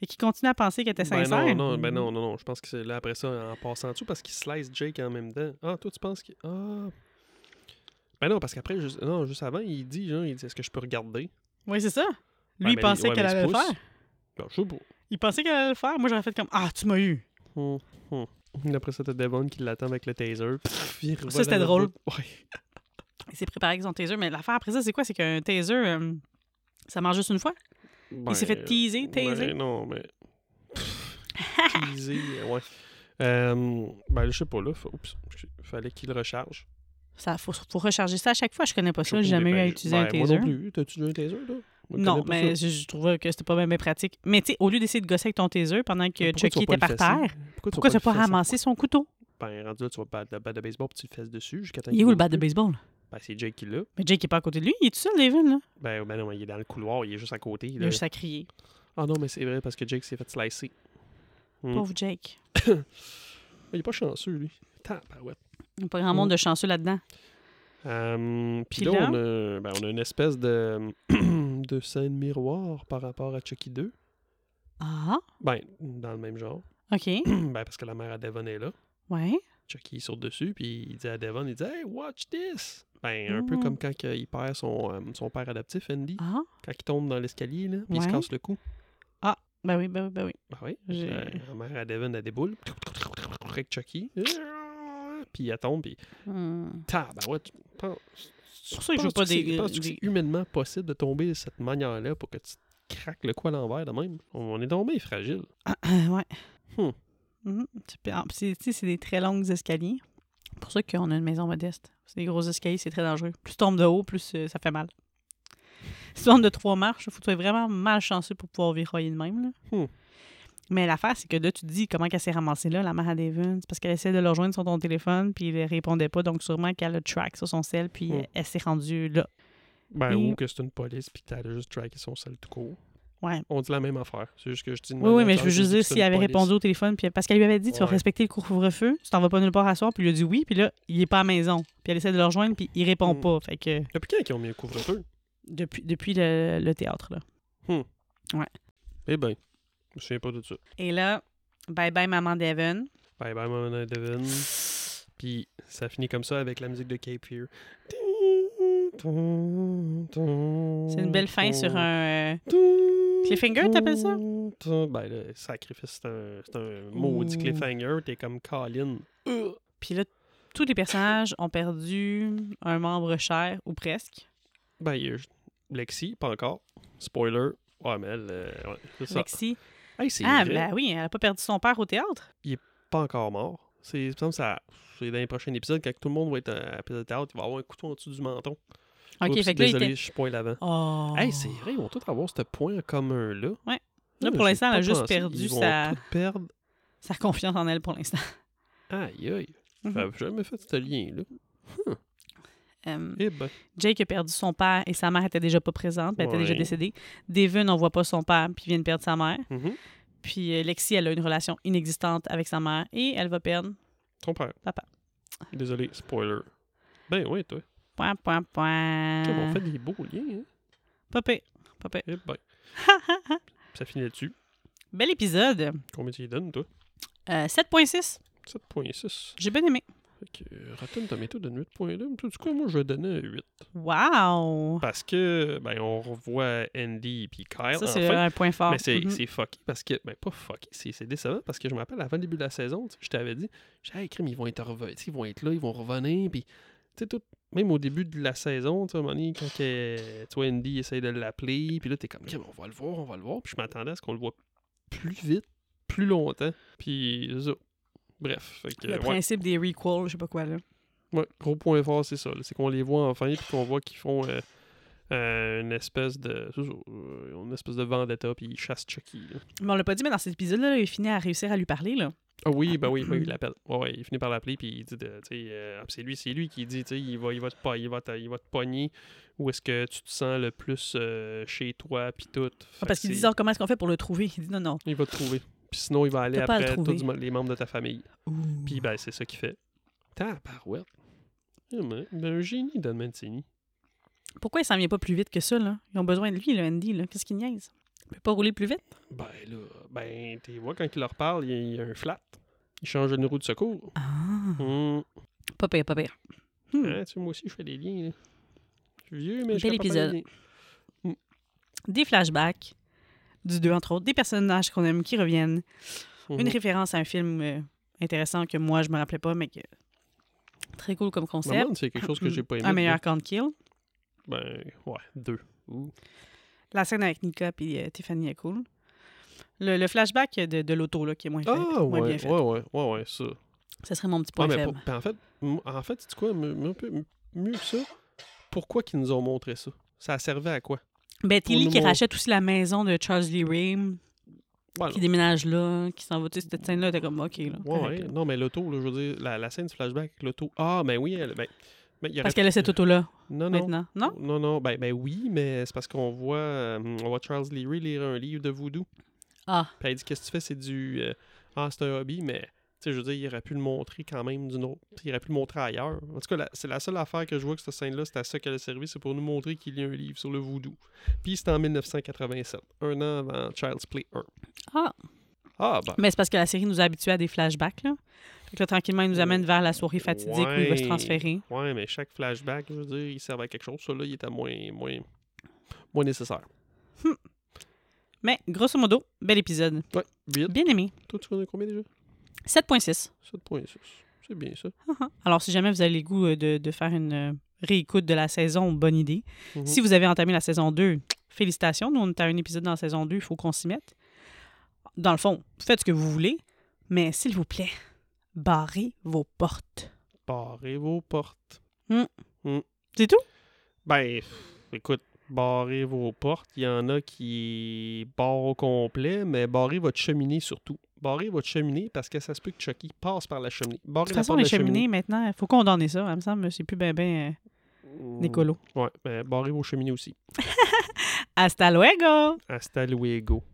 Speaker 1: Et qu'il continue à penser qu'il était
Speaker 2: Ben
Speaker 1: sincère.
Speaker 2: non, non, ben non, non, non. Je pense que c'est là après ça, en passant tout, parce qu'il slice Jake en même temps. Ah, toi, tu penses qu'il. Ah. Ben non, parce qu'après, juste... non, juste avant, il dit, genre, il dit, est-ce que je peux regarder?
Speaker 1: Oui, c'est ça. Lui,
Speaker 2: Ouais,
Speaker 1: il
Speaker 2: mais-
Speaker 1: pensait
Speaker 2: ouais,
Speaker 1: qu'elle
Speaker 2: mais il se
Speaker 1: allait le
Speaker 2: pousse.
Speaker 1: faire.
Speaker 2: Ben, je sais pas.
Speaker 1: Il pensait qu'elle allait le faire. Moi, j'aurais fait comme Ah, tu m'as eu.
Speaker 2: Hum, hum. Après ça, t'as Devon qui l'attend avec le taser. Pff, il revole
Speaker 1: Ça, c'était
Speaker 2: à l'autre
Speaker 1: drôle.
Speaker 2: bout. Ouais.
Speaker 1: Il s'est préparé avec son taser. Mais l'affaire après ça, c'est quoi C'est qu'un taser, euh, ça marche juste une fois.
Speaker 2: Ben,
Speaker 1: s'est fait teaser,
Speaker 2: ben
Speaker 1: taser.
Speaker 2: non, mais. Pff, teaser, ouais. Euh, ben, je sais pas, là. Faut, oups, fallait qu'il recharge.
Speaker 1: Ça, faut, faut recharger ça à chaque fois. Je connais pas ça. J'ai
Speaker 2: Aucune
Speaker 1: jamais
Speaker 2: idée.
Speaker 1: eu à
Speaker 2: Ben,
Speaker 1: utiliser un
Speaker 2: ben, Moi
Speaker 1: taser.
Speaker 2: non plus. T'as-tu déjà un taser, là? Moi, je
Speaker 1: Non,
Speaker 2: connais pas
Speaker 1: mais
Speaker 2: ça.
Speaker 1: je, je trouvais que c'était pas bien pratique. Mais tu sais, au lieu d'essayer de gosser avec ton taser pendant que
Speaker 2: Pourquoi tu
Speaker 1: Chucky
Speaker 2: vas
Speaker 1: E était
Speaker 2: pas
Speaker 1: par
Speaker 2: le fesser?
Speaker 1: terre, pourquoi
Speaker 2: tu
Speaker 1: tu
Speaker 2: vas
Speaker 1: n'as pas
Speaker 2: le fesser?
Speaker 1: ramassé son couteau?
Speaker 2: Ben, rendu là, tu vas battre le bat de baseball puis tu le fesses dessus jusqu'à temps
Speaker 1: Il est
Speaker 2: qu'il
Speaker 1: où le
Speaker 2: bouge
Speaker 1: bat de
Speaker 2: plus.
Speaker 1: baseball?
Speaker 2: Ben, c'est Jake qui l'a.
Speaker 1: Mais Jake est pas à côté de lui. Il est tout seul, David, là.
Speaker 2: Ben, ben non, il est dans le couloir, il est juste à côté.
Speaker 1: Il
Speaker 2: là.
Speaker 1: a juste à crier.
Speaker 2: Ah non, mais c'est vrai, parce que Jake s'est fait slicer. Hmm.
Speaker 1: Pauvre Jake.
Speaker 2: Il est pas chanceux, lui. Tabarouette.
Speaker 1: Il n'y a pas grand
Speaker 2: Hmm.
Speaker 1: monde de chanceux là-dedans.
Speaker 2: Euh,
Speaker 1: Puis
Speaker 2: Puis là,
Speaker 1: là?
Speaker 2: on a, ben, on a une espèce de, de scène miroir par rapport à Chucky 2.
Speaker 1: Ah,
Speaker 2: Ben, dans le même genre.
Speaker 1: OK.
Speaker 2: ben, parce que la mère à Devon est là.
Speaker 1: Ouais.
Speaker 2: Chucky saute dessus, puis il dit à Devon, il dit « Hey, watch this! » Ben, un peu
Speaker 1: Mm.
Speaker 2: comme quand que il perd son, euh, son père adoptif, Andy,
Speaker 1: Ah,
Speaker 2: quand il tombe dans l'escalier, là, puis il se
Speaker 1: Ouais.
Speaker 2: casse le cou.
Speaker 1: ben oui, ben oui, ben oui.
Speaker 2: Ben oui,
Speaker 1: J'ai-
Speaker 2: la la mère à Devon, elle déboule, avec Chucky, puis elle tombe, puis
Speaker 1: Hum.
Speaker 2: Ah, ben ouais, tu penses. C'est
Speaker 1: pour ça que je veux pas des-
Speaker 2: Penses-tu que
Speaker 1: des-
Speaker 2: c'est humainement possible de tomber de cette manière-là pour que tu te craques le cou à l'envers de même? On, on est tombé fragile.
Speaker 1: Ah, ah, ouais.
Speaker 2: Hmm.
Speaker 1: Mhm. Tu peux- ah, puis c'est- Tu sais, c'est des très longues escaliers. C'est pour ça qu'on a une maison modeste. C'est des gros escaliers, c'est très dangereux. Plus tu tombes de haut, plus euh, ça fait mal. Si tu tombes de trois marches, il faut que tu sois vraiment malchanceux pour pouvoir viroyer de même. là.
Speaker 2: Hmm.
Speaker 1: Mais l'affaire, c'est que là, tu te dis comment qu'elle s'est ramassée là, la mère à Devon. C'est parce qu'elle essayait de le rejoindre sur ton téléphone, puis il répondait pas. Donc, sûrement qu'elle le track sur son cell, puis
Speaker 2: Hmm.
Speaker 1: euh, elle s'est rendue là.
Speaker 2: Ben,
Speaker 1: Et-
Speaker 2: ou que c'est une police puis que t'as juste traqué son sale tout court.
Speaker 1: Ouais.
Speaker 2: On dit la même affaire. C'est juste que je dis une
Speaker 1: Oui, oui,
Speaker 2: manière
Speaker 1: mais je veux
Speaker 2: de
Speaker 1: juste
Speaker 2: dire
Speaker 1: dire
Speaker 2: que c'est
Speaker 1: s'il
Speaker 2: une
Speaker 1: avait
Speaker 2: police.
Speaker 1: répondu au téléphone, puis parce qu'elle lui avait dit tu vas
Speaker 2: Ouais.
Speaker 1: respecter le couvre-feu, tu t'en vas pas nulle part à soir, puis il a dit oui, puis là, il est pas à la maison. Puis elle essaie de le rejoindre, puis il répond
Speaker 2: Mm.
Speaker 1: pas. Fait que
Speaker 2: Depuis quand qu'ils ont mis un couvre-feu?
Speaker 1: depuis, depuis le, le théâtre, là.
Speaker 2: Eh ben, je me souviens pas de ça.
Speaker 1: Et là, bye bye, maman Devon.
Speaker 2: Bye bye, Maman Devin. Puis ça finit comme ça avec la musique de Cape Fear.
Speaker 1: C'est
Speaker 2: C'est
Speaker 1: une belle fin
Speaker 2: Oh.
Speaker 1: sur un. euh,
Speaker 2: Cliffhanger,
Speaker 1: t'appelles ça?
Speaker 2: Ben, le sacrifice, c'est un, c'est un maudit
Speaker 1: Ouh.
Speaker 2: cliffhanger. T'es comme Colin.
Speaker 1: Puis là, tous les personnages ont perdu un membre cher, ou presque.
Speaker 2: Ben, il y a Lexi, pas encore. Spoiler. Ouais, mais elle, euh, ouais, c'est ça.
Speaker 1: Lexi.
Speaker 2: Hey, c'est
Speaker 1: Ah,
Speaker 2: vrai,
Speaker 1: ben oui, elle a pas perdu son père au théâtre.
Speaker 2: pas encore mort. C'est, il me semble que ça, c'est dans les prochains épisodes, quand tout le monde va être euh, à à l'épisode de théâtre, il va avoir un couteau en dessous du menton.
Speaker 1: Ok,
Speaker 2: Oups,
Speaker 1: fait que là, il
Speaker 2: désolé,
Speaker 1: était.
Speaker 2: je spoil avant.
Speaker 1: Oh.
Speaker 2: Hey, c'est vrai, ils vont tous avoir ce point commun-là.
Speaker 1: Ouais.
Speaker 2: Ah,
Speaker 1: Là, pour
Speaker 2: j'ai
Speaker 1: l'instant, elle a
Speaker 2: pas
Speaker 1: juste
Speaker 2: pensé.
Speaker 1: perdu
Speaker 2: Ils vont
Speaker 1: sa-
Speaker 2: tous perdre.
Speaker 1: Sa confiance en elle pour l'instant.
Speaker 2: Aïe, aïe.
Speaker 1: Mhm.
Speaker 2: J'avais jamais fait ce lien-là.
Speaker 1: Euh,
Speaker 2: Eh ben.
Speaker 1: Jake a perdu son père et sa mère était déjà pas présente, ben, elle était déjà
Speaker 2: Ouais.
Speaker 1: décédée. Devon, on voit pas son père, puis vient de perdre sa mère.
Speaker 2: mhm.
Speaker 1: Puis euh, Lexi, elle a une relation inexistante avec sa mère et elle va perdre.
Speaker 2: Ton père.
Speaker 1: Papa.
Speaker 2: Désolé, spoiler. Ben oui, toi.
Speaker 1: Point, point, point.
Speaker 2: Comme on fait des beaux liens, hein.
Speaker 1: Popé, popé.
Speaker 2: Eh ben. Ça finit là-dessus.
Speaker 1: Bel épisode.
Speaker 2: Combien tu y donnes, toi?
Speaker 1: Euh, 7.6.
Speaker 2: 7.6.
Speaker 1: J'ai bien aimé.
Speaker 2: Fait que euh, Rotten Tomato donne 8.2. Tout du coup, moi, je donnais 8.
Speaker 1: Wow!
Speaker 2: Parce que, ben, on revoit Andy puis Kyle.
Speaker 1: Ça, c'est
Speaker 2: enfin.
Speaker 1: un point fort.
Speaker 2: Mais c'est
Speaker 1: Mhm.
Speaker 2: c'est fucké parce que, ben, pas fucké, c'est c'est décevant parce que je me rappelle avant le début de la saison, tu sais, je t'avais dit, j'ai écrit, mais ils vont être revenus, ils vont être là, ils vont revenir, puis, tu sais, tout. Même au début de la saison, tu sais, à un moment donné, quand que, tu vois, Andy essaye de l'appeler, puis là, t'es comme, Crime, on va le voir, on va le voir, puis je m'attendais à ce qu'on le voit plus vite, plus longtemps, puis c'est ça. Bref, fait que,
Speaker 1: Le
Speaker 2: ouais.
Speaker 1: principe des requels, je sais pas quoi, là.
Speaker 2: Ouais, gros point fort, c'est ça. là. C'est qu'on les voit enfin, puis qu'on voit qu'ils font euh, euh, une espèce de. c'est ça, euh, une espèce de vendetta, puis ils chassent Chucky. là.
Speaker 1: Mais on l'a pas dit, mais dans cet épisode-là, là, il finit à réussir à lui parler, là.
Speaker 2: Ah oui, ben oui, oui, il l'appelle. Ouais, ouais, il finit par l'appeler, puis il dit, de- tu sais, euh, c'est lui, c'est lui qui dit, tu sais, il va, il va te, pa- il va te- il va te pogner. Où est-ce que tu te sens le plus euh, chez toi, puis tout. Fait
Speaker 1: Ah, parce
Speaker 2: que
Speaker 1: qu'ils
Speaker 2: c'est-
Speaker 1: disent, Ah, comment est-ce qu'on fait pour le trouver? Il dit, non, non.
Speaker 2: Il va te trouver. Puis sinon, il va aller
Speaker 1: T'as pas à le
Speaker 2: après
Speaker 1: trouver.
Speaker 2: tous les membres de ta famille.
Speaker 1: Ouh.
Speaker 2: Puis ben, c'est ça qu'il fait. Tabarouette. Eh ben, ben, un génie, Don Mancini.
Speaker 1: Pourquoi il s'en vient pas plus vite que ça, là? Ils ont besoin de lui, le Andy, là. Qu'est-ce qu'il niaise? Il peut pas rouler plus vite?
Speaker 2: Ben là, ben, tu vois, quand il leur parle, il y a- il y a un flat. Il change une roue de secours.
Speaker 1: Ah!
Speaker 2: Hum.
Speaker 1: Pas pire, pas pire. Hmm.
Speaker 2: Hein, tu vois, moi aussi, je fais des liens. là. Je suis vieux, mais je
Speaker 1: Bel
Speaker 2: suis capable de faire des
Speaker 1: épisode.
Speaker 2: liens.
Speaker 1: Des flashbacks, du deux, entre autres, des personnages qu'on aime qui reviennent,
Speaker 2: Mhm.
Speaker 1: une référence à un film euh, intéressant que moi, je me rappelais pas, mais que... Très cool comme
Speaker 2: Maman,
Speaker 1: concept.
Speaker 2: Bah,
Speaker 1: Hmm.
Speaker 2: c'est quelque chose que j'ai pas aimé.
Speaker 1: Un meilleur count kill.
Speaker 2: Ben, ouais, deux.
Speaker 1: La scène avec Nika et Tiffany est euh, cool. Le, le flashback de, de l'auto, là, qui est moins, fait,
Speaker 2: Ah,
Speaker 1: moins bien
Speaker 2: ouais, ouais,
Speaker 1: fait.
Speaker 2: ouais, ouais, ouais, ça.
Speaker 1: Ça serait mon petit point
Speaker 2: Ouais, mais
Speaker 1: faible.
Speaker 2: pour- ben, en fait, m- en fait c'est quoi, m- m- un peu m- mieux que ça, pourquoi qu'ils nous ont montré ça? Ça servait à quoi?
Speaker 1: Ben,
Speaker 2: pour
Speaker 1: Tilly
Speaker 2: nous
Speaker 1: qui
Speaker 2: mon-
Speaker 1: rachète aussi la maison de Charles Lee Rim,
Speaker 2: Voilà.
Speaker 1: qui déménage là, qui s'en va. Tu sais, cette scène-là, t'es comme, OK, là.
Speaker 2: Ouais,
Speaker 1: correct,
Speaker 2: ouais.
Speaker 1: là.
Speaker 2: Non, mais l'auto, là, je veux dire, la, la scène du flashback avec l'auto. Ah, ben oui, elle, ben, ben, il y aurait-
Speaker 1: Parce qu'elle a cette auto-là,
Speaker 2: non, non,
Speaker 1: maintenant. Non?
Speaker 2: non, non, ben, ben oui, mais c'est parce qu'on voit, euh, on voit Charles Leary lire un livre de voodoo.
Speaker 1: Ah,
Speaker 2: Puis elle dit Qu'est-ce que tu fais C'est du. euh, ah, c'est un hobby, mais. Tu sais, je veux dire, il aurait pu le montrer quand même d'une autre. Il aurait pu le montrer ailleurs. En tout cas, la- c'est la seule affaire que je vois que cette scène-là, c'est à ça qu'elle a servi, c'est pour nous montrer qu'il y a un livre sur le voodoo. Puis c'est en 1987, un an avant Child's Play 1.
Speaker 1: Ah.
Speaker 2: Ah, ben.
Speaker 1: mais c'est parce que la série nous a habitués à des flashbacks, là. Fait que là, tranquillement, il nous amène vers la soirée fatidique où il va se
Speaker 2: Ouais.
Speaker 1: transférer.
Speaker 2: Ouais, mais chaque flashback, je veux dire, il servait à quelque chose. Celui-là, il était moins, moins, moins nécessaire.
Speaker 1: Mais, grosso modo, bel épisode.
Speaker 2: Ouais, vite.
Speaker 1: Bien aimé.
Speaker 2: Toi, tu connais combien déjà
Speaker 1: 7.6.
Speaker 2: 7.6. C'est bien ça.
Speaker 1: Alors, si jamais vous avez le goût euh, de, de faire une euh, réécoute de la saison, bonne idée.
Speaker 2: Mhm.
Speaker 1: Si vous avez entamé la saison 2, félicitations. Nous, on est à un épisode dans la saison 2, il faut qu'on s'y mette. Dans le fond, faites ce que vous voulez, mais s'il vous plaît, barrez vos portes.
Speaker 2: Barrez vos portes.
Speaker 1: C'est tout?
Speaker 2: Ben, pff, écoute, barrez vos portes. Il y en a qui barrent au complet, mais barrez votre cheminée surtout. Barrez votre cheminée parce que ça se peut que Chucky passe par la cheminée.
Speaker 1: De
Speaker 2: Barrez
Speaker 1: toute
Speaker 2: la
Speaker 1: façon,
Speaker 2: porte
Speaker 1: les
Speaker 2: de la
Speaker 1: cheminées, maintenant, il faut condamner ça. hein, Il me semble c'est plus ben ben euh,
Speaker 2: cheminée.
Speaker 1: des colos.
Speaker 2: ben, Ouais, mais barrez vos cheminées aussi.
Speaker 1: Hasta luego!
Speaker 2: Hasta luego.